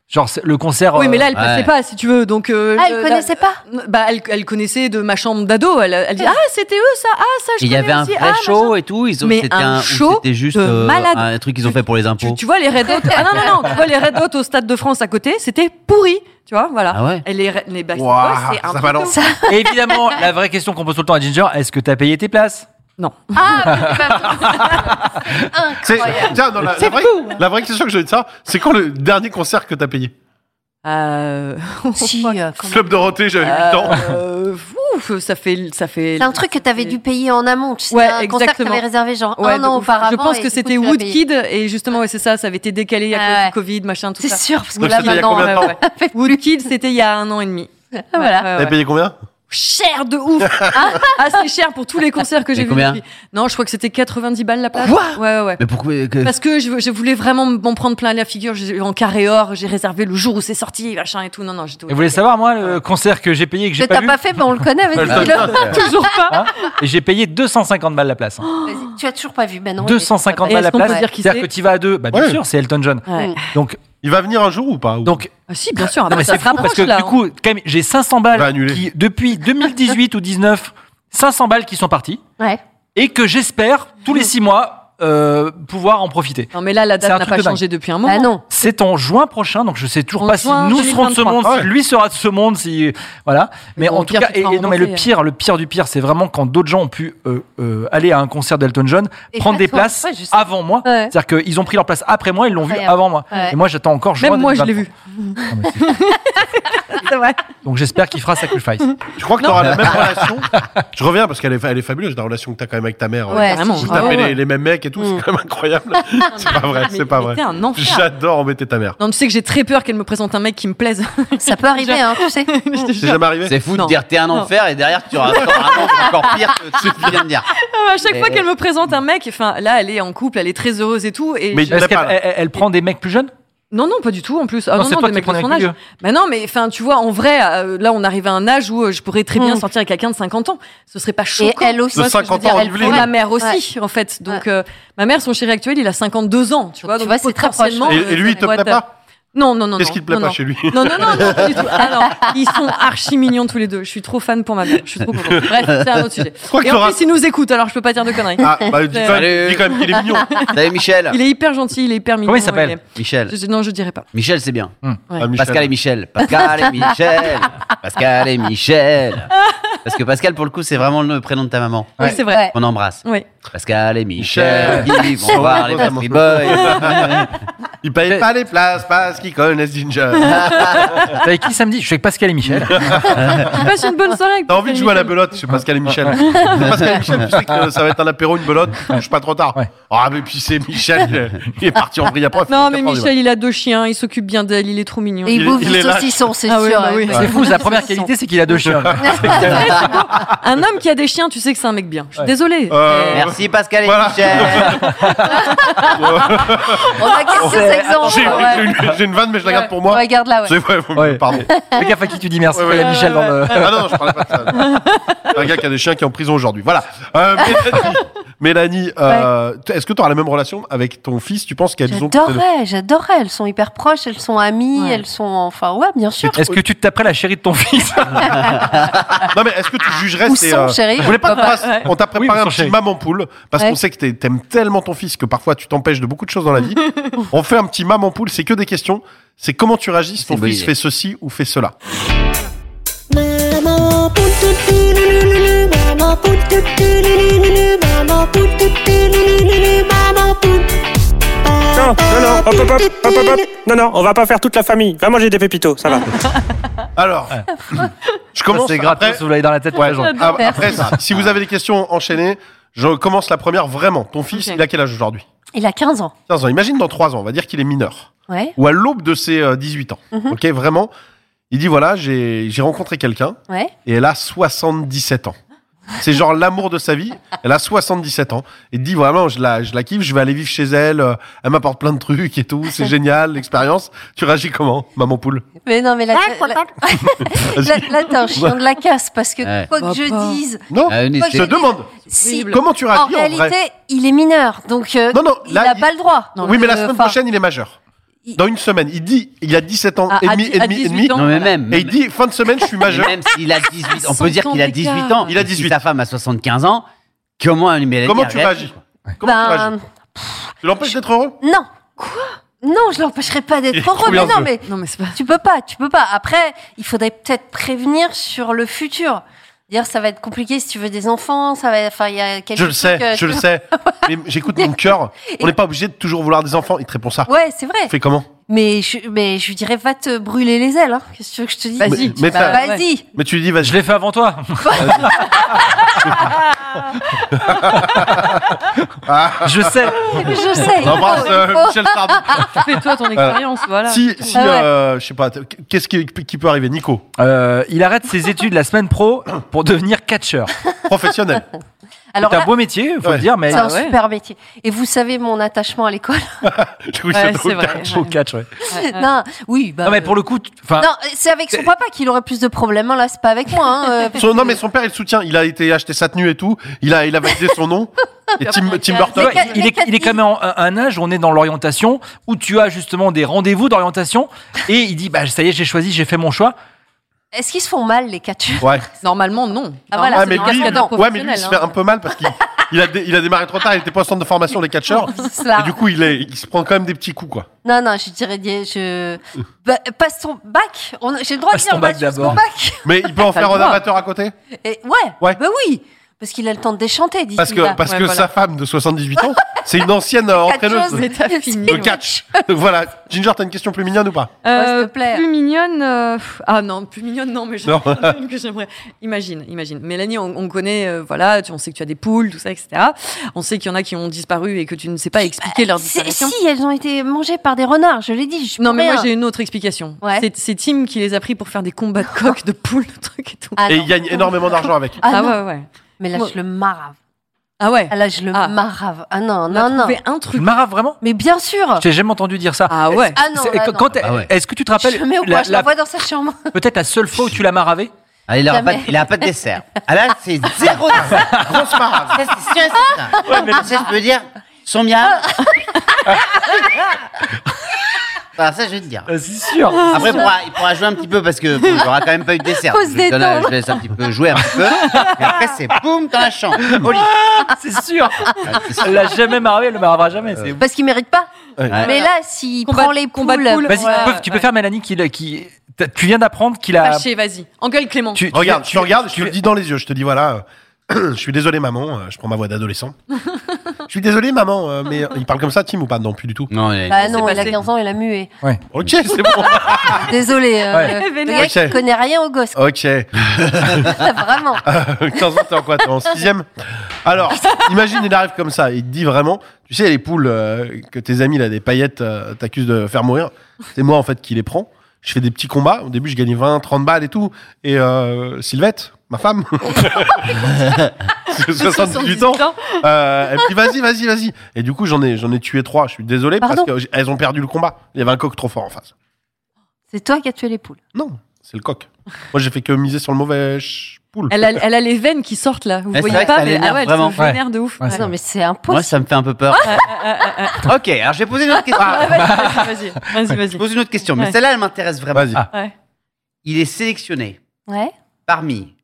Speaker 6: Genre c'est- le concert.
Speaker 5: oui
Speaker 6: euh,
Speaker 5: mais là elle passait
Speaker 1: Ouais.
Speaker 5: pas si tu veux donc euh,
Speaker 2: Ah, elle
Speaker 5: euh,
Speaker 2: connaissait pas
Speaker 5: la- bah elle, elle connaissait de ma chambre d'ado elle, elle dit ah c'était eux ça ah ça je
Speaker 1: Il y
Speaker 5: connais
Speaker 1: avait un
Speaker 5: aussi.
Speaker 1: vrai
Speaker 5: Ah,
Speaker 1: show et tout. Ils ont,
Speaker 5: Mais
Speaker 1: c'était
Speaker 5: un
Speaker 1: ou
Speaker 5: show
Speaker 1: C'était juste
Speaker 5: de
Speaker 1: euh,
Speaker 5: malade.
Speaker 1: un truc qu'ils ont fait pour les impôts.
Speaker 5: Tu, tu vois les Red Hot ah non non non tu vois les Red Hot au stade de France à côté c'était pourri tu vois voilà
Speaker 1: Ah ouais
Speaker 5: et les Red- les Backstreet
Speaker 7: Ouah,
Speaker 5: Boys, c'est un
Speaker 7: ça
Speaker 5: truc
Speaker 7: balance.
Speaker 5: de ouf.
Speaker 6: Et évidemment, la vraie question qu'on pose tout le temps à Ginger, est-ce que t'as payé tes places
Speaker 5: non
Speaker 2: Ah, oui, bah,
Speaker 7: C'est-
Speaker 2: incroyable.
Speaker 7: Tiens, non, la, la vraie, la vraie question que je veux te savoir, c'est quand le dernier concert que t'as payé
Speaker 5: Euh,
Speaker 2: Si, euh, comment-
Speaker 7: Club Dorothée, j'avais 8 ans.
Speaker 5: euh, ouf, ça fait ça fait
Speaker 2: C'est un truc que t'avais dû payer en amont. Tu sais,
Speaker 5: Ouais,
Speaker 2: un concert que
Speaker 5: exactement.
Speaker 2: t'avais réservé genre
Speaker 5: Ouais,
Speaker 2: un
Speaker 5: de
Speaker 2: an
Speaker 5: ouf.
Speaker 2: auparavant.
Speaker 5: Je pense
Speaker 2: et
Speaker 5: que
Speaker 2: du coup,
Speaker 5: c'était
Speaker 2: tu l'as payé.
Speaker 5: Woodkid et justement ouais, c'est ça, ça avait été décalé à
Speaker 2: Ah
Speaker 5: cause
Speaker 2: ouais.
Speaker 5: du Covid, machin, tout
Speaker 2: C'est
Speaker 5: ça.
Speaker 2: sûr, parce que
Speaker 7: Donc,
Speaker 2: là
Speaker 7: c'était il y a
Speaker 2: maintenant.
Speaker 7: combien de
Speaker 2: euh,
Speaker 7: temps
Speaker 5: ouais, ouais. Woodkid, c'était il y a un an et demi.
Speaker 2: Ah, voilà.
Speaker 5: Ouais, ouais,
Speaker 7: T'avais
Speaker 5: ouais.
Speaker 7: payé combien
Speaker 5: Cher de ouf, assez cher pour tous les concerts que j'ai
Speaker 1: Mais
Speaker 5: vus.
Speaker 1: combien
Speaker 5: depuis. Non, je crois que c'était 90 balles la place.
Speaker 1: Quoi
Speaker 5: ouais, ouais, ouais.
Speaker 1: Mais pourquoi que-
Speaker 5: Parce que je, je voulais vraiment m'en prendre plein la figure. J'ai en carré or, j'ai réservé le jour où c'est sorti, machin et tout. Non, non, j'étais.
Speaker 6: Et vous voulez savoir, moi, le concert que j'ai payé et que
Speaker 2: Que
Speaker 6: j'ai pas
Speaker 2: t'as
Speaker 6: vu
Speaker 2: pas fait, mais on le connaît. Vas-y,
Speaker 7: Bah,
Speaker 2: dis-le.
Speaker 5: toujours pas.
Speaker 6: hein Et j'ai payé 250 balles la place. hein.
Speaker 2: Vas-y, Tu as toujours pas vu, ben non.
Speaker 6: 250
Speaker 5: Et
Speaker 6: balles la
Speaker 5: est-ce qu'on peut
Speaker 6: place.
Speaker 5: dire Oh, qui
Speaker 6: C'est-à-dire
Speaker 5: c'est
Speaker 6: que tu vas à deux. Bah, bien
Speaker 7: Ouais.
Speaker 6: sûr, c'est Elton John.
Speaker 5: Ouais.
Speaker 6: Donc,
Speaker 7: Il va venir un jour ou pas ou-
Speaker 6: donc
Speaker 5: Ah, si, bien sûr.
Speaker 6: Non, mais
Speaker 5: ça
Speaker 6: c'est
Speaker 5: se
Speaker 6: fou parce
Speaker 5: rapproche,
Speaker 6: que
Speaker 5: là,
Speaker 6: du
Speaker 5: hein.
Speaker 6: coup, quand même, j'ai 500
Speaker 7: Va
Speaker 6: balles
Speaker 7: annuler.
Speaker 6: qui, depuis 2018 ou 19, 500 balles qui sont parties
Speaker 2: Ouais.
Speaker 6: et que j'espère tous
Speaker 5: Mmh.
Speaker 6: les 6 mois euh, pouvoir en profiter.
Speaker 5: Non, mais là, la
Speaker 6: C'est un
Speaker 5: date n'a
Speaker 6: truc
Speaker 5: pas
Speaker 6: de dingue. Ah
Speaker 5: changé depuis un moment.
Speaker 2: Bah non.
Speaker 6: C'est en juin prochain, donc je sais toujours
Speaker 5: En
Speaker 6: pas si
Speaker 5: juin
Speaker 6: nous serons de ce
Speaker 5: 2023.
Speaker 6: monde,
Speaker 7: Ouais.
Speaker 6: si lui sera de ce monde, si voilà. Mais
Speaker 5: bon,
Speaker 6: en
Speaker 5: au
Speaker 6: tout
Speaker 5: pire,
Speaker 6: cas,
Speaker 5: tu te
Speaker 6: et,
Speaker 5: feras hein.
Speaker 6: et non mais le
Speaker 5: rembourser,
Speaker 6: pire, le pire du pire, c'est vraiment quand d'autres gens ont pu euh, euh, aller à un concert d'Elton John,
Speaker 2: Et
Speaker 6: prendre
Speaker 2: pas
Speaker 6: des
Speaker 2: toi.
Speaker 6: places
Speaker 2: Ouais, je sais.
Speaker 6: avant moi.
Speaker 2: Ouais.
Speaker 6: C'est-à-dire qu'ils ont pris leur place après moi, ils l'ont vu
Speaker 2: Incroyable.
Speaker 6: avant moi.
Speaker 2: Ouais.
Speaker 6: Et moi, j'attends encore juin.
Speaker 5: Même moi, je l'ai
Speaker 6: 2023.
Speaker 5: vu.
Speaker 6: Ah, mais c'est-
Speaker 5: C'est vrai.
Speaker 6: Donc j'espère qu'il fera sacrifice.
Speaker 7: Je crois que t'auras la même relation. Je reviens parce qu'elle est, elle est fabuleuse, la relation que t'as quand même avec ta mère. euh,
Speaker 2: Ouais,
Speaker 5: Carrément.
Speaker 7: Vous
Speaker 5: Ah
Speaker 7: tapez
Speaker 5: ouais,
Speaker 7: les,
Speaker 5: ouais.
Speaker 7: les mêmes mecs et tout, c'est quand même incroyable. c'est pas vrai,
Speaker 5: Mais-
Speaker 7: c'est pas
Speaker 5: mais
Speaker 7: vrai.
Speaker 5: t'es un enfer.
Speaker 7: J'adore embêter ta mère.
Speaker 5: Non, tu sais que j'ai très peur qu'elle me présente un mec qui me plaise.
Speaker 2: Ça peut arriver, hein, tu sais.
Speaker 5: Je te
Speaker 7: C'est
Speaker 5: jure.
Speaker 7: jamais arrivé
Speaker 1: C'est fou de
Speaker 5: Non.
Speaker 1: dire t'es un
Speaker 5: Non.
Speaker 1: enfer et derrière tu auras un enfer encore pire que ce que tu viens de dire.
Speaker 5: Ah, à chaque
Speaker 1: Mais-
Speaker 5: fois qu'elle me présente un mec, enfin là, elle est en couple, elle est très heureuse et tout. Et
Speaker 7: Mais
Speaker 5: je-
Speaker 7: Il
Speaker 6: Est-ce
Speaker 7: l'a
Speaker 6: qu'elle
Speaker 7: pas, là.
Speaker 6: elle, elle- elle prend des mecs plus jeunes
Speaker 5: non, non, pas du tout en plus. Ah,
Speaker 6: Non,
Speaker 5: non,
Speaker 6: c'est
Speaker 5: non,
Speaker 6: toi
Speaker 5: des
Speaker 6: qui
Speaker 5: mecs de
Speaker 6: prenais
Speaker 5: son
Speaker 6: avec
Speaker 5: âge.
Speaker 6: lui.
Speaker 5: Mais non, mais enfin, tu vois, en vrai, euh, là, on arrive à un âge où euh, je pourrais très bien
Speaker 2: Mm.
Speaker 5: sortir avec quelqu'un de 50 ans. Ce serait pas choquant.
Speaker 2: Et elle aussi.
Speaker 7: De 50 ans,
Speaker 2: elle
Speaker 7: renouvelé.
Speaker 5: Et
Speaker 2: pourrait-
Speaker 5: ma mère aussi, en fait. Donc, euh, ma mère, son chéri actuel, il a 52 ans. Tu vois,
Speaker 2: Tu
Speaker 5: donc
Speaker 2: vois, c'est très
Speaker 5: potentiellement,
Speaker 7: Et,
Speaker 5: euh,
Speaker 7: et lui, il
Speaker 5: ça
Speaker 7: te
Speaker 5: pourrait
Speaker 7: plaît
Speaker 5: être-
Speaker 7: pas
Speaker 5: Non, non, non.
Speaker 7: Qu'est-ce
Speaker 5: non,
Speaker 7: qui te plaît
Speaker 5: non,
Speaker 7: pas
Speaker 5: non.
Speaker 7: chez lui
Speaker 5: Non, non, non, non, pas du tout. Ah non, ils sont archi mignons tous les deux. Je suis trop fan pour ma mère. Je suis trop contente. Bref, c'est un autre sujet.
Speaker 7: crois que
Speaker 5: Et en
Speaker 7: t'auras-
Speaker 5: plus, il nous écoute, alors je peux pas dire de conneries.
Speaker 7: Ah, bah, dis, quand même,
Speaker 1: Salut.
Speaker 7: dis quand même qu'il est mignon.
Speaker 1: Salut Michel.
Speaker 5: Il est hyper gentil, il est hyper mignon.
Speaker 6: Comment il s'appelle
Speaker 5: est-
Speaker 1: Michel.
Speaker 5: Je- Non, je dirais pas.
Speaker 1: Michel c'est bien.
Speaker 7: Ah, Michel.
Speaker 1: Pascal et Michel. Pascal et Michel. Pascal et Michel. Parce que Pascal pour le coup c'est vraiment le prénom de ta maman.
Speaker 5: Oui, c'est vrai.
Speaker 1: On embrasse.
Speaker 5: Oui.
Speaker 1: Pascal et Michel.
Speaker 7: Michel.
Speaker 1: Ils vont voir les Backstreet Boys.
Speaker 7: Il paye pas les places parce qu'il connaît Ginger.
Speaker 6: T'es avec qui samedi Je suis avec Pascal et Michel.
Speaker 5: Passe une bonne soirée. avec
Speaker 7: T'as envie de
Speaker 5: Pascal
Speaker 7: jouer à la
Speaker 5: Michel.
Speaker 7: belote chez Pascal et Michel. Pascal et Michel, tu sais que ça va être un apéro, une belote, je suis pas trop tard.
Speaker 6: Ouais.
Speaker 7: Ah, mais puis c'est Michel, il est parti en vrille après.
Speaker 5: Non, mais Michel, il a deux chiens, il s'occupe bien d'elle, il est trop mignon.
Speaker 2: Et il
Speaker 7: Il est-
Speaker 2: bouffe
Speaker 7: il
Speaker 2: du
Speaker 7: est lâche.
Speaker 2: saucisson, c'est
Speaker 5: Ah oui,
Speaker 2: sûr. hein.
Speaker 5: bah oui.
Speaker 2: ouais.
Speaker 6: C'est fou, sa première qualité, c'est qu'il a deux chiens.
Speaker 5: Un homme qui a des chiens, tu sais que c'est un mec bien. Je suis désolée.
Speaker 7: Euh,
Speaker 1: Merci Pascal et
Speaker 7: Voilà.
Speaker 1: Michel.
Speaker 2: On a quelques exemples.
Speaker 7: J'ai
Speaker 2: ouais.
Speaker 7: j'ai une, j'ai une vanne, mais je la garde pour moi.
Speaker 2: Ouais, garde-la, ouais.
Speaker 7: C'est vrai, vous
Speaker 6: Ouais.
Speaker 7: pardon.
Speaker 6: Fais gaffe à qui tu dis merci.
Speaker 7: Ouais, ouais.
Speaker 6: Il y a Michel dans le.
Speaker 7: Ah non, non, je parlais pas de ça. C'est un gars qui a des chiens qui est en prison aujourd'hui. Voilà. Euh, Mélanie, Mélanie, euh, t- est-ce que tu auras la même relation avec ton fils Tu penses qu'elles ont.
Speaker 2: J'adorais, j'adorais. Elles sont hyper proches, elles sont amies,
Speaker 5: Ouais.
Speaker 2: elles sont. Enfin, ouais, bien sûr.
Speaker 6: Est-ce que tu te taperais la chérie de ton fils
Speaker 7: Non, mais est-ce que tu jugerais
Speaker 2: Où
Speaker 7: ces,
Speaker 2: sont, chérie
Speaker 7: Je voulais pas te
Speaker 2: Papa.
Speaker 7: rass- On t'a
Speaker 6: Oui, où
Speaker 7: préparé
Speaker 6: sont,
Speaker 7: un petit
Speaker 6: chérie
Speaker 7: maman poule parce
Speaker 2: Ouais.
Speaker 7: qu'on sait que t'es- t'aimes tellement ton fils que parfois tu t'empêches de beaucoup de choses dans la vie. On fait un petit maman poule, c'est que des questions. C'est comment tu réagis si
Speaker 1: C'est
Speaker 7: ton
Speaker 1: une bonne
Speaker 7: fils
Speaker 1: idée.
Speaker 7: fait ceci ou fait cela.
Speaker 8: Maman poule, tout, tout, loulou, maman poule, tout, tout, loulou, loulou, maman poule, tout, tout, loulou, loulou, maman poule.
Speaker 9: Non, non, non, hop, hop, hop, hop, hop, hop. Non, non, on va pas faire toute la famille. Va manger des pépitos, ça va.
Speaker 7: Alors, je
Speaker 6: Comment
Speaker 7: commence.
Speaker 6: c'est gratos,
Speaker 7: après-
Speaker 6: vous l'avez dans la tête toute la journée.
Speaker 7: Ah, Après, si- si vous avez des questions enchaînées, je commence la première vraiment. Ton fils,
Speaker 5: Ok.
Speaker 7: il a quel âge aujourd'hui
Speaker 2: Il a 15 ans.
Speaker 7: 15 ans. Imagine dans 3 ans, on va dire qu'il est mineur.
Speaker 2: Ouais,
Speaker 7: Ou à l'aube de ses euh, 18 ans.
Speaker 2: Mhm.
Speaker 7: Ok, vraiment. Il dit voilà, j'ai j'ai rencontré quelqu'un
Speaker 2: ouais.
Speaker 7: et elle a 77 ans. C'est genre l'amour de sa vie. Elle a 77 ans. Et te dit vraiment, je la, je la kiffe, je vais aller vivre chez elle. euh, Elle m'apporte plein de trucs et tout. C'est génial, l'expérience. Tu réagis comment, maman poule
Speaker 2: Mais non, mais là, là, là,
Speaker 7: Vas-y.
Speaker 2: là, t'es un chien de la casse parce que
Speaker 7: Ouais.
Speaker 2: quoi que je
Speaker 7: Papa.
Speaker 2: dise.
Speaker 7: Non,
Speaker 2: quoi que
Speaker 7: je te
Speaker 2: dise-
Speaker 7: demande.
Speaker 2: Si.
Speaker 7: Comment tu
Speaker 2: En
Speaker 7: réagis en vrai
Speaker 2: réalité, il est mineur, donc euh, il n'a pas le droit. euh,
Speaker 7: oui, mais la semaine prochaine, il est majeur. Dans une semaine, il dit, il a 17 ans
Speaker 2: Ah,
Speaker 7: et
Speaker 2: à
Speaker 7: demi,
Speaker 2: dix-
Speaker 7: et
Speaker 2: à
Speaker 7: demi, et
Speaker 2: 18
Speaker 7: demi.
Speaker 2: ans, Non, mais voilà.
Speaker 1: même,
Speaker 7: Et il dit, fin de semaine, je suis majeur.
Speaker 1: Même s'il a 18, on peut dire qu'il a 18
Speaker 7: d'écart.
Speaker 1: ans. Il a 18. Si sa femme a 75 ans, comment un millénaire
Speaker 7: Comment tu réagis
Speaker 2: Ben,
Speaker 7: Tu l'empêches d'être heureux
Speaker 2: non. Quoi non, je l'empêcherai pas d'être
Speaker 7: Trop
Speaker 2: heureux. Mais
Speaker 7: bien
Speaker 2: non,
Speaker 7: joué.
Speaker 2: mais, tu peux pas, tu peux pas. Après, il faudrait peut-être prévenir sur le futur. Dire, ça va être compliqué si tu veux des enfants. Ça va, enfin, il y a quelque
Speaker 7: Je le sais,
Speaker 2: truc, euh,
Speaker 7: je le sais. Mais j'écoute mon cœur. On n'est pas obligé de toujours vouloir des enfants. Il te répond ça.
Speaker 2: Ouais, c'est vrai.
Speaker 7: Fais comment
Speaker 2: Mais je, mais je lui dirais, va te brûler les ailes. hein. Qu'est-ce que tu veux que je te dise
Speaker 7: Mais- mais
Speaker 2: Bah,
Speaker 7: ça-
Speaker 2: vas-y.
Speaker 7: Mais tu lui dis, vas-y. Je l'ai fait avant toi.
Speaker 6: Je sais.
Speaker 2: Je sais.
Speaker 7: On embrasse, euh, Michel Sardou.
Speaker 5: Fais-toi ton
Speaker 7: Voilà.
Speaker 5: expérience, voilà.
Speaker 7: Euh, Si, si, euh, je sais pas, qu'est-ce qui, qui peut arriver, Nico
Speaker 6: Euh, Il arrête ses études la semaine pro pour devenir catcheur.
Speaker 7: Professionnel.
Speaker 2: Alors
Speaker 6: c'est un
Speaker 2: là-
Speaker 6: beau métier, faut le dire, mais
Speaker 2: C'est un super métier. Et vous savez mon attachement à l'école
Speaker 6: Oui,
Speaker 2: Ouais,
Speaker 6: c'est
Speaker 2: c'est
Speaker 6: au
Speaker 2: vrai,
Speaker 6: catch,
Speaker 2: ouais.
Speaker 6: au catch, ouais.
Speaker 2: Non, oui, bah.
Speaker 6: non mais pour le coup, tu- enfin,
Speaker 7: Ah.
Speaker 2: Non, euh, c'est avec son papa qu'il aurait plus de problèmes. hein, Là, c'est pas avec moi. hein, euh, parce
Speaker 7: Son-
Speaker 2: que-
Speaker 7: non, mais son père, il le soutient. Il a été acheté sa tenue et tout. Il a, il a validé son nom. Et Tim, Tim Burton.
Speaker 6: Ouais, il, est, il est quand même à un âge où on est dans l'orientation, où tu as justement des rendez-vous d'orientation, et il dit bah ça y est, j'ai choisi, j'ai fait mon choix.
Speaker 2: Est-ce qu'ils se font mal, les catcheurs
Speaker 7: Ouais.
Speaker 5: Normalement, non.
Speaker 2: Ah, voilà,
Speaker 7: Ouais,
Speaker 2: c'est
Speaker 7: mais
Speaker 2: des
Speaker 7: lui,
Speaker 2: cascadeurs
Speaker 7: ouais, mais lui, il se fait
Speaker 2: professionnels,
Speaker 7: un peu mal parce qu'il il a, dé- il a démarré trop tard. Il était pas au centre de formation des catcheurs.
Speaker 2: C'est ça.
Speaker 7: Et du coup, il, est, il se prend quand même des petits coups, quoi.
Speaker 2: Non, non, je dirais, dis- je. Bah, passe ton bac. On a- J'ai le droit
Speaker 7: Passe
Speaker 2: de dire bah,
Speaker 7: ton bac
Speaker 2: passe
Speaker 7: d'abord.
Speaker 2: bac.
Speaker 7: Mais il peut en
Speaker 2: T'as
Speaker 7: faire
Speaker 2: le
Speaker 7: un
Speaker 2: droit.
Speaker 7: amateur à côté
Speaker 2: Et ouais, bah oui. Parce qu'il a le temps de déchanter, dit
Speaker 7: Parce que, parce que sa femme de 78 ans, c'est une ancienne euh, entraîneuse
Speaker 2: Catcheuse, mais t'as fini,
Speaker 7: de
Speaker 2: ouais.
Speaker 7: catch. Donc voilà. Ginger, t'as une question plus mignonne ou pas
Speaker 5: Euh, Plus mignonne. euh, pff, Ah non, plus mignonne, non, mais je-
Speaker 7: Non.
Speaker 5: une que j'aimerais. Imagine, imagine. Mélanie, on, on connaît, euh, voilà, tu- on sait que tu as des poules, tout ça, etc. On sait qu'il y en a qui ont disparu et que tu ne sais pas expliquer leur
Speaker 2: C'est-
Speaker 5: disparition.
Speaker 2: Si, elles ont été mangées par des renards, je hein. l'ai dit.
Speaker 5: Non, mais moi j'ai une autre explication.
Speaker 2: Ouais.
Speaker 5: C'est- C'est Tim qui les a pris pour faire des combats de coqs, de poules, de trucs et tout.
Speaker 7: Et il gagne énormément d'argent avec.
Speaker 5: Ah,
Speaker 2: Ah non.
Speaker 5: ouais, ouais.
Speaker 2: Mais là,
Speaker 5: Moi-
Speaker 2: je le marave.
Speaker 5: Ah ouais
Speaker 2: Là, je le marave. Ah non, non, non.
Speaker 5: trouvé un truc.
Speaker 6: Tu le marave vraiment
Speaker 2: Mais bien sûr.
Speaker 6: J'ai jamais entendu dire ça. Ah
Speaker 5: ouais.
Speaker 2: Ah non, là, non.
Speaker 6: Quand, Est-ce que tu te rappelles
Speaker 2: Je le mets au
Speaker 6: la-
Speaker 2: coin, je
Speaker 6: la-
Speaker 2: l'envoie dans sa chambre.
Speaker 6: peut-être la seule fois où tu l'as maravé
Speaker 1: Ah, il
Speaker 2: aura Jamais. pas de- il aura
Speaker 1: pas de dessert. Ah là, c'est zéro dessert. Grosse marave. Ça, c'est sûr et certain. Ça, je peux dire, son miam. Enfin, ça, je vais te dire.
Speaker 6: Ah, c'est sûr.
Speaker 1: Après, il pourra, il pourra jouer un petit peu parce que bon, il aura quand même pas eu de dessert.
Speaker 8: Faut se
Speaker 1: je, lui donne-
Speaker 8: détendre.
Speaker 1: je laisse un petit peu jouer un petit peu. Et après, c'est boum dans la chambre. Au lit.
Speaker 6: C'est sûr. Elle l'a jamais maravé, elle le maravera jamais.
Speaker 1: Euh.
Speaker 6: c'est-
Speaker 2: Parce qu'il mérite pas.
Speaker 6: Ouais.
Speaker 2: Mais là, s'il prend les poules, euh, bah
Speaker 6: Vas-y, tu
Speaker 2: voilà.
Speaker 6: peux, tu peux faire Mélanie qui, l'a- qui t'as- tu viens d'apprendre qu'il a.
Speaker 5: Fâché, vas-y. Engueule Clément.
Speaker 7: Tu, regardes, tu, regardes, je te le dis dans les yeux. Je te dis, voilà, euh, je suis désolé, maman. euh, Je prends ma voix d'adolescent. Je suis désolé, maman, euh, mais il parle comme ça, Tim, ou pas Non, plus du tout.
Speaker 1: Non,
Speaker 2: Bah non, il a 15 ans, il a mué.
Speaker 7: Ouais. Ok, Mm. c'est bon.
Speaker 2: Désolé. euh,
Speaker 7: Ouais.
Speaker 2: le gars qui
Speaker 7: Ok.
Speaker 2: connaît rien aux gosses.
Speaker 7: Ok.
Speaker 2: Vraiment.
Speaker 7: 15 ans, t'es en quoi T'es en sixième Alors, imagine, il arrive comme ça. Il te dit vraiment, tu sais, les poules euh, que tes amis, là, des paillettes, euh, t'accusent de faire mourir. C'est moi, en fait, qui les prends. Je fais des petits combats. Au début, je gagnais 20, 30 balles et tout. Et euh, Sylvette, ma femme, 78 ans, euh, elle me dit, vas-y, vas-y, vas-y. Et du coup, j'en ai, j'en ai tué trois. Je suis désolé
Speaker 2: Pardon
Speaker 7: parce qu'elles ont perdu le combat. Il y avait un coq trop fort en face.
Speaker 2: C'est toi qui as tué les poules.
Speaker 7: Non. C'est le coq. Moi, j'ai fait que miser sur le mauvais ch- poule.
Speaker 5: Elle a, elle a les veines qui sortent là. Vous
Speaker 7: Ouais, c'est
Speaker 5: voyez
Speaker 7: vrai que
Speaker 5: pas,
Speaker 7: ça
Speaker 5: mais
Speaker 7: l'énerve
Speaker 5: ah ouais,
Speaker 7: vraiment.
Speaker 5: elles sont vénères de ouf. Ah,
Speaker 7: Ouais, c'est
Speaker 5: non,
Speaker 2: mais c'est impossible.
Speaker 1: Moi, ça me fait un peu peur. ok, alors je vais poser une autre question.
Speaker 5: vas-y, vas-y, vas-y.
Speaker 1: Je pose une autre question, mais
Speaker 5: Ouais.
Speaker 1: celle-là, elle m'intéresse vraiment.
Speaker 7: Vas-y.
Speaker 5: Ouais.
Speaker 1: Il est sélectionné
Speaker 2: Ouais.
Speaker 1: parmi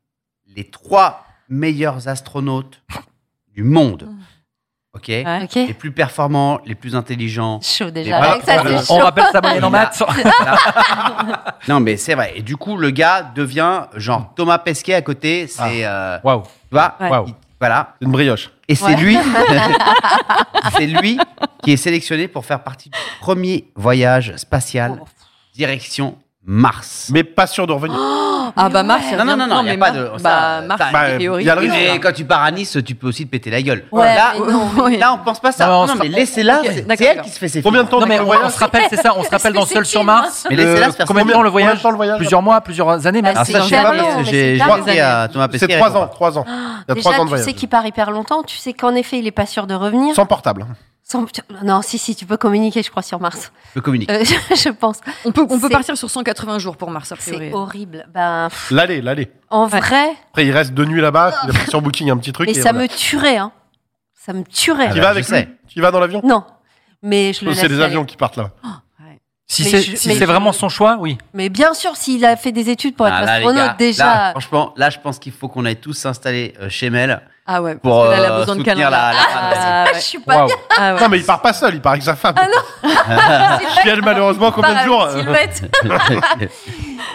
Speaker 1: les trois meilleurs astronautes du monde. Ok, Les plus performants, les plus intelligents.
Speaker 2: Chaud
Speaker 1: les-
Speaker 2: déjà.
Speaker 6: Ah,
Speaker 1: Voilà.
Speaker 2: Avec ça, c'est
Speaker 1: Voilà.
Speaker 2: chaud.
Speaker 1: Et là- non, mais c'est vrai. Et du coup, le gars devient genre Thomas Pesquet à côté. C'est. euh,
Speaker 6: tu
Speaker 1: vois
Speaker 5: Ah. Ouais.
Speaker 1: il- Voilà.
Speaker 7: Une brioche.
Speaker 1: Et c'est
Speaker 5: Ouais.
Speaker 1: lui. c'est lui
Speaker 5: Oh.
Speaker 1: qui est sélectionné pour faire partie du premier voyage spatial direction mars.
Speaker 7: Mais pas sûr de revenir.
Speaker 5: Ah bah Mars,
Speaker 1: Non, non, non, non, il n'y a pas de. ça,
Speaker 5: Bah,
Speaker 1: ça-
Speaker 5: Mars,
Speaker 1: ça-
Speaker 5: a priori.
Speaker 1: Mais quand tu pars à Nice, tu peux aussi te péter la gueule. là, là, on pense pas ça.
Speaker 6: Non,
Speaker 1: Non,
Speaker 6: on se-
Speaker 1: mais laissez-la.
Speaker 6: Ok,
Speaker 1: c'est-
Speaker 6: d'accord,
Speaker 1: C'est elle
Speaker 6: d'accord.
Speaker 1: qui se fait ses
Speaker 6: Combien de temps
Speaker 1: films.
Speaker 6: Non, mais on, on se rappelle, c'est ça, on se rappelle dans Seul sur Mars.
Speaker 1: Mais laissez-la se faire
Speaker 6: Combien de
Speaker 1: ses
Speaker 6: temps
Speaker 1: films.
Speaker 6: le voyage,
Speaker 7: Combien de temps le voyage
Speaker 6: Plusieurs mois, plusieurs années même.
Speaker 2: Ah, c'est hyper long, mais c'est hyper long.
Speaker 7: C'est trois ans, trois ans. Il y
Speaker 2: Ah,
Speaker 7: a trois
Speaker 2: Déjà,
Speaker 7: ans de
Speaker 2: tu
Speaker 7: voyage.
Speaker 2: sais qu'il part hyper longtemps. Tu sais qu'en effet, il est pas sûr de revenir.
Speaker 7: Sans portable.
Speaker 2: Sans- Non, si, si, tu peux communiquer, je crois, sur Mars.
Speaker 1: Je communique.
Speaker 2: Euh, je, je pense.
Speaker 5: On peut, on peut
Speaker 2: C'est-
Speaker 5: partir sur 180 jours pour Mars, a priori.
Speaker 2: C'est horrible. Ben, pff,
Speaker 7: L'aller, l'aller.
Speaker 2: en vrai,
Speaker 7: Après, il reste deux nuits là-bas. Il a pris sur Booking un petit truc.
Speaker 2: mais
Speaker 7: et
Speaker 2: ça
Speaker 7: voilà.
Speaker 2: me tuerait. Hein. Ça me tuerait.
Speaker 7: Tu vas avec lui Tu y vas dans l'avion Euh,
Speaker 2: Non, mais je le
Speaker 7: C'est
Speaker 2: laisse
Speaker 7: des
Speaker 2: aller.
Speaker 7: avions qui partent là.
Speaker 6: Si
Speaker 2: Mais
Speaker 6: c'est
Speaker 2: je-
Speaker 6: si
Speaker 2: mais
Speaker 6: c'est
Speaker 2: je-
Speaker 6: vraiment son choix, oui.
Speaker 2: Mais bien sûr, s'il a fait des études pour être
Speaker 1: Ah, là, les
Speaker 2: astronaute,
Speaker 1: gars,
Speaker 2: déjà.
Speaker 1: là, franchement, là, je pense qu'il faut qu'on aille tous s'installer euh, chez Mel.
Speaker 5: Ah ouais,
Speaker 1: Pour,
Speaker 5: parce que là, elle a
Speaker 1: euh,
Speaker 5: besoin de
Speaker 1: soutenir la-
Speaker 5: calendrier.
Speaker 1: la femme de
Speaker 5: Ah, ouais.
Speaker 2: Je suis pas
Speaker 7: Waouh.
Speaker 2: bien.
Speaker 5: Ah ouais.
Speaker 7: Non, mais il part pas seul, il part avec sa femme. Ah
Speaker 1: non
Speaker 7: elle, malheureusement, combien de
Speaker 2: Par
Speaker 7: jours euh
Speaker 2: la silhouette.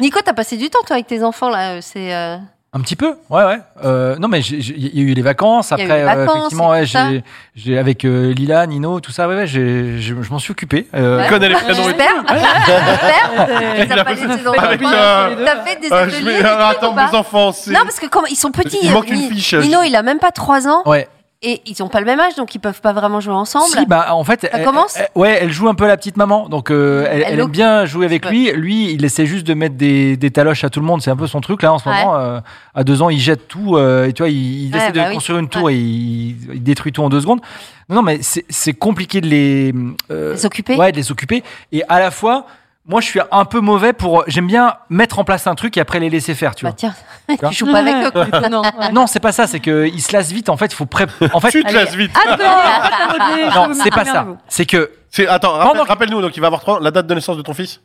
Speaker 2: Nico, t'as passé du temps, toi, avec tes enfants, là. euh, C'est. euh,
Speaker 6: Un petit peu, ouais, ouais. Euh, non, mais j'ai- j'ai- il y a eu les vacances.
Speaker 2: Il y a eu
Speaker 6: Après,
Speaker 2: les
Speaker 6: euh,
Speaker 2: vacances
Speaker 6: effectivement,
Speaker 2: et
Speaker 6: ouais,
Speaker 2: tout ça.
Speaker 6: j'ai- j'ai avec euh, Lila, Nino, tout ça, ouais, ouais, j'ai- je je m'en suis occupé. Euh,
Speaker 7: Il connaît les
Speaker 2: Ah,
Speaker 7: prénoms. et tout.
Speaker 2: J'espère. J'espère.
Speaker 7: Il a
Speaker 2: T'as pas
Speaker 7: fait-
Speaker 2: laissé tes
Speaker 7: avec,
Speaker 2: enfants.
Speaker 7: euh,
Speaker 2: T'as fait des
Speaker 7: euh, je
Speaker 2: ateliers.
Speaker 7: vais
Speaker 2: des
Speaker 7: euh,
Speaker 2: trucs ou
Speaker 7: attendre
Speaker 2: pas
Speaker 7: mes enfants. c'est-
Speaker 2: Non, parce que comme ils sont petits.
Speaker 7: Il manque
Speaker 2: euh,
Speaker 7: une
Speaker 2: Ni-
Speaker 7: fiche.
Speaker 2: Nino, il a même pas 3 ans.
Speaker 6: Ouais.
Speaker 2: Et ils ont pas le même âge, donc ils peuvent pas vraiment jouer ensemble.
Speaker 6: Si, bah, en fait, elle,
Speaker 2: commence
Speaker 6: elle- ouais, elle joue un peu la petite maman, donc euh, elle,
Speaker 2: Elle
Speaker 6: elle aime
Speaker 2: look.
Speaker 6: bien jouer avec lui. Lui, il essaie juste de mettre des, des taloches à tout le monde, c'est un peu son truc là en ce
Speaker 2: Ouais.
Speaker 6: moment. euh, à deux ans, il jette tout, euh, et tu vois, il, il
Speaker 2: Ouais,
Speaker 6: essaie de
Speaker 2: bah oui.
Speaker 6: construire une tour et il, il détruit tout en deux secondes. Non, non, mais c'est- c'est compliqué de les, euh,
Speaker 2: Les occuper.
Speaker 6: Ouais, de les occuper. Et à la fois, moi, je suis un peu mauvais pour. J'aime bien mettre en place un truc et après les laisser faire, tu
Speaker 2: Bah
Speaker 6: vois.
Speaker 2: tiens,
Speaker 6: Quoi
Speaker 2: tu joues pas avec eux. quoi.
Speaker 5: Non, ouais.
Speaker 6: Non, c'est pas ça. C'est que il se lasse vite. En fait, faut pré. En fait,
Speaker 7: Tu te lasses vite.
Speaker 6: Ah,
Speaker 5: Ah,
Speaker 6: non, c'est
Speaker 2: Ah,
Speaker 6: pas ça. C'est que
Speaker 7: C'est- Attends, rappelle-
Speaker 6: Pendant-
Speaker 7: rappelle-nous, donc il va avoir trois- la date de naissance de ton fils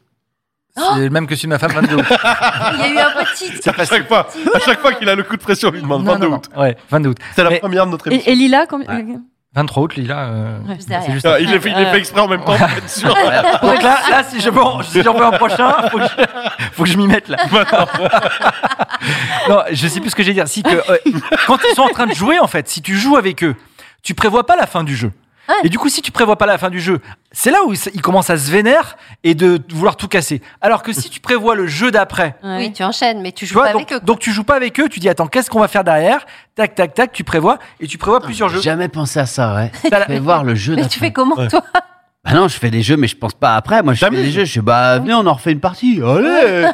Speaker 2: Oh.
Speaker 6: c'est le même que celui de ma femme 22 août.
Speaker 2: Il y a eu un petit.
Speaker 6: C'est
Speaker 7: À
Speaker 6: pas
Speaker 7: chaque fois, à chaque fois qu'il a le coup de pression, on lui demande
Speaker 6: Non,
Speaker 7: 22
Speaker 6: non,
Speaker 7: août.
Speaker 6: non. Ouais, 22 août.
Speaker 7: C'est la
Speaker 6: Mais-
Speaker 7: première de notre émission.
Speaker 5: Et, et Lila, combien
Speaker 1: Ouais.
Speaker 6: 23 août, Lila. euh,
Speaker 2: Juste derrière.
Speaker 6: c'est juste Ah,
Speaker 7: Ah,
Speaker 6: ça.
Speaker 7: Il les fait, il les fait exprès en même temps, pour être sûr.
Speaker 6: Donc là, là, si je m'en- si j'en veux un prochain, faut que je, faut que je m'y mette là. non, je sais plus ce que j'ai à dire. Si que, euh, quand ils sont en train de jouer, en fait, si tu joues avec eux, tu prévois pas la fin du jeu. Et du coup, si tu prévois pas la fin du jeu, c'est là où ils ils commencent à se vénère et de vouloir tout casser. Alors que si tu prévois le jeu d'après,
Speaker 2: Oui, tu enchaînes, mais tu
Speaker 6: tu
Speaker 2: joues
Speaker 6: vois,
Speaker 2: pas
Speaker 6: donc,
Speaker 2: avec eux. quoi.
Speaker 6: donc tu joues pas avec eux, tu dis attends, qu'est-ce qu'on va faire derrière Tac, tac, tac, tu prévois et tu prévois plusieurs
Speaker 1: J'ai
Speaker 6: jeux.
Speaker 1: jamais pensé à ça, ouais.
Speaker 6: T'as la-
Speaker 1: Je vais voir le jeu
Speaker 2: Mais tu fais
Speaker 1: d'après.
Speaker 2: comment, toi
Speaker 1: Bah non, je fais des jeux, mais je pense pas après. Moi, je fais
Speaker 7: T'amuses.
Speaker 1: des jeux, je suis bah, venez, on en refait une partie. Allez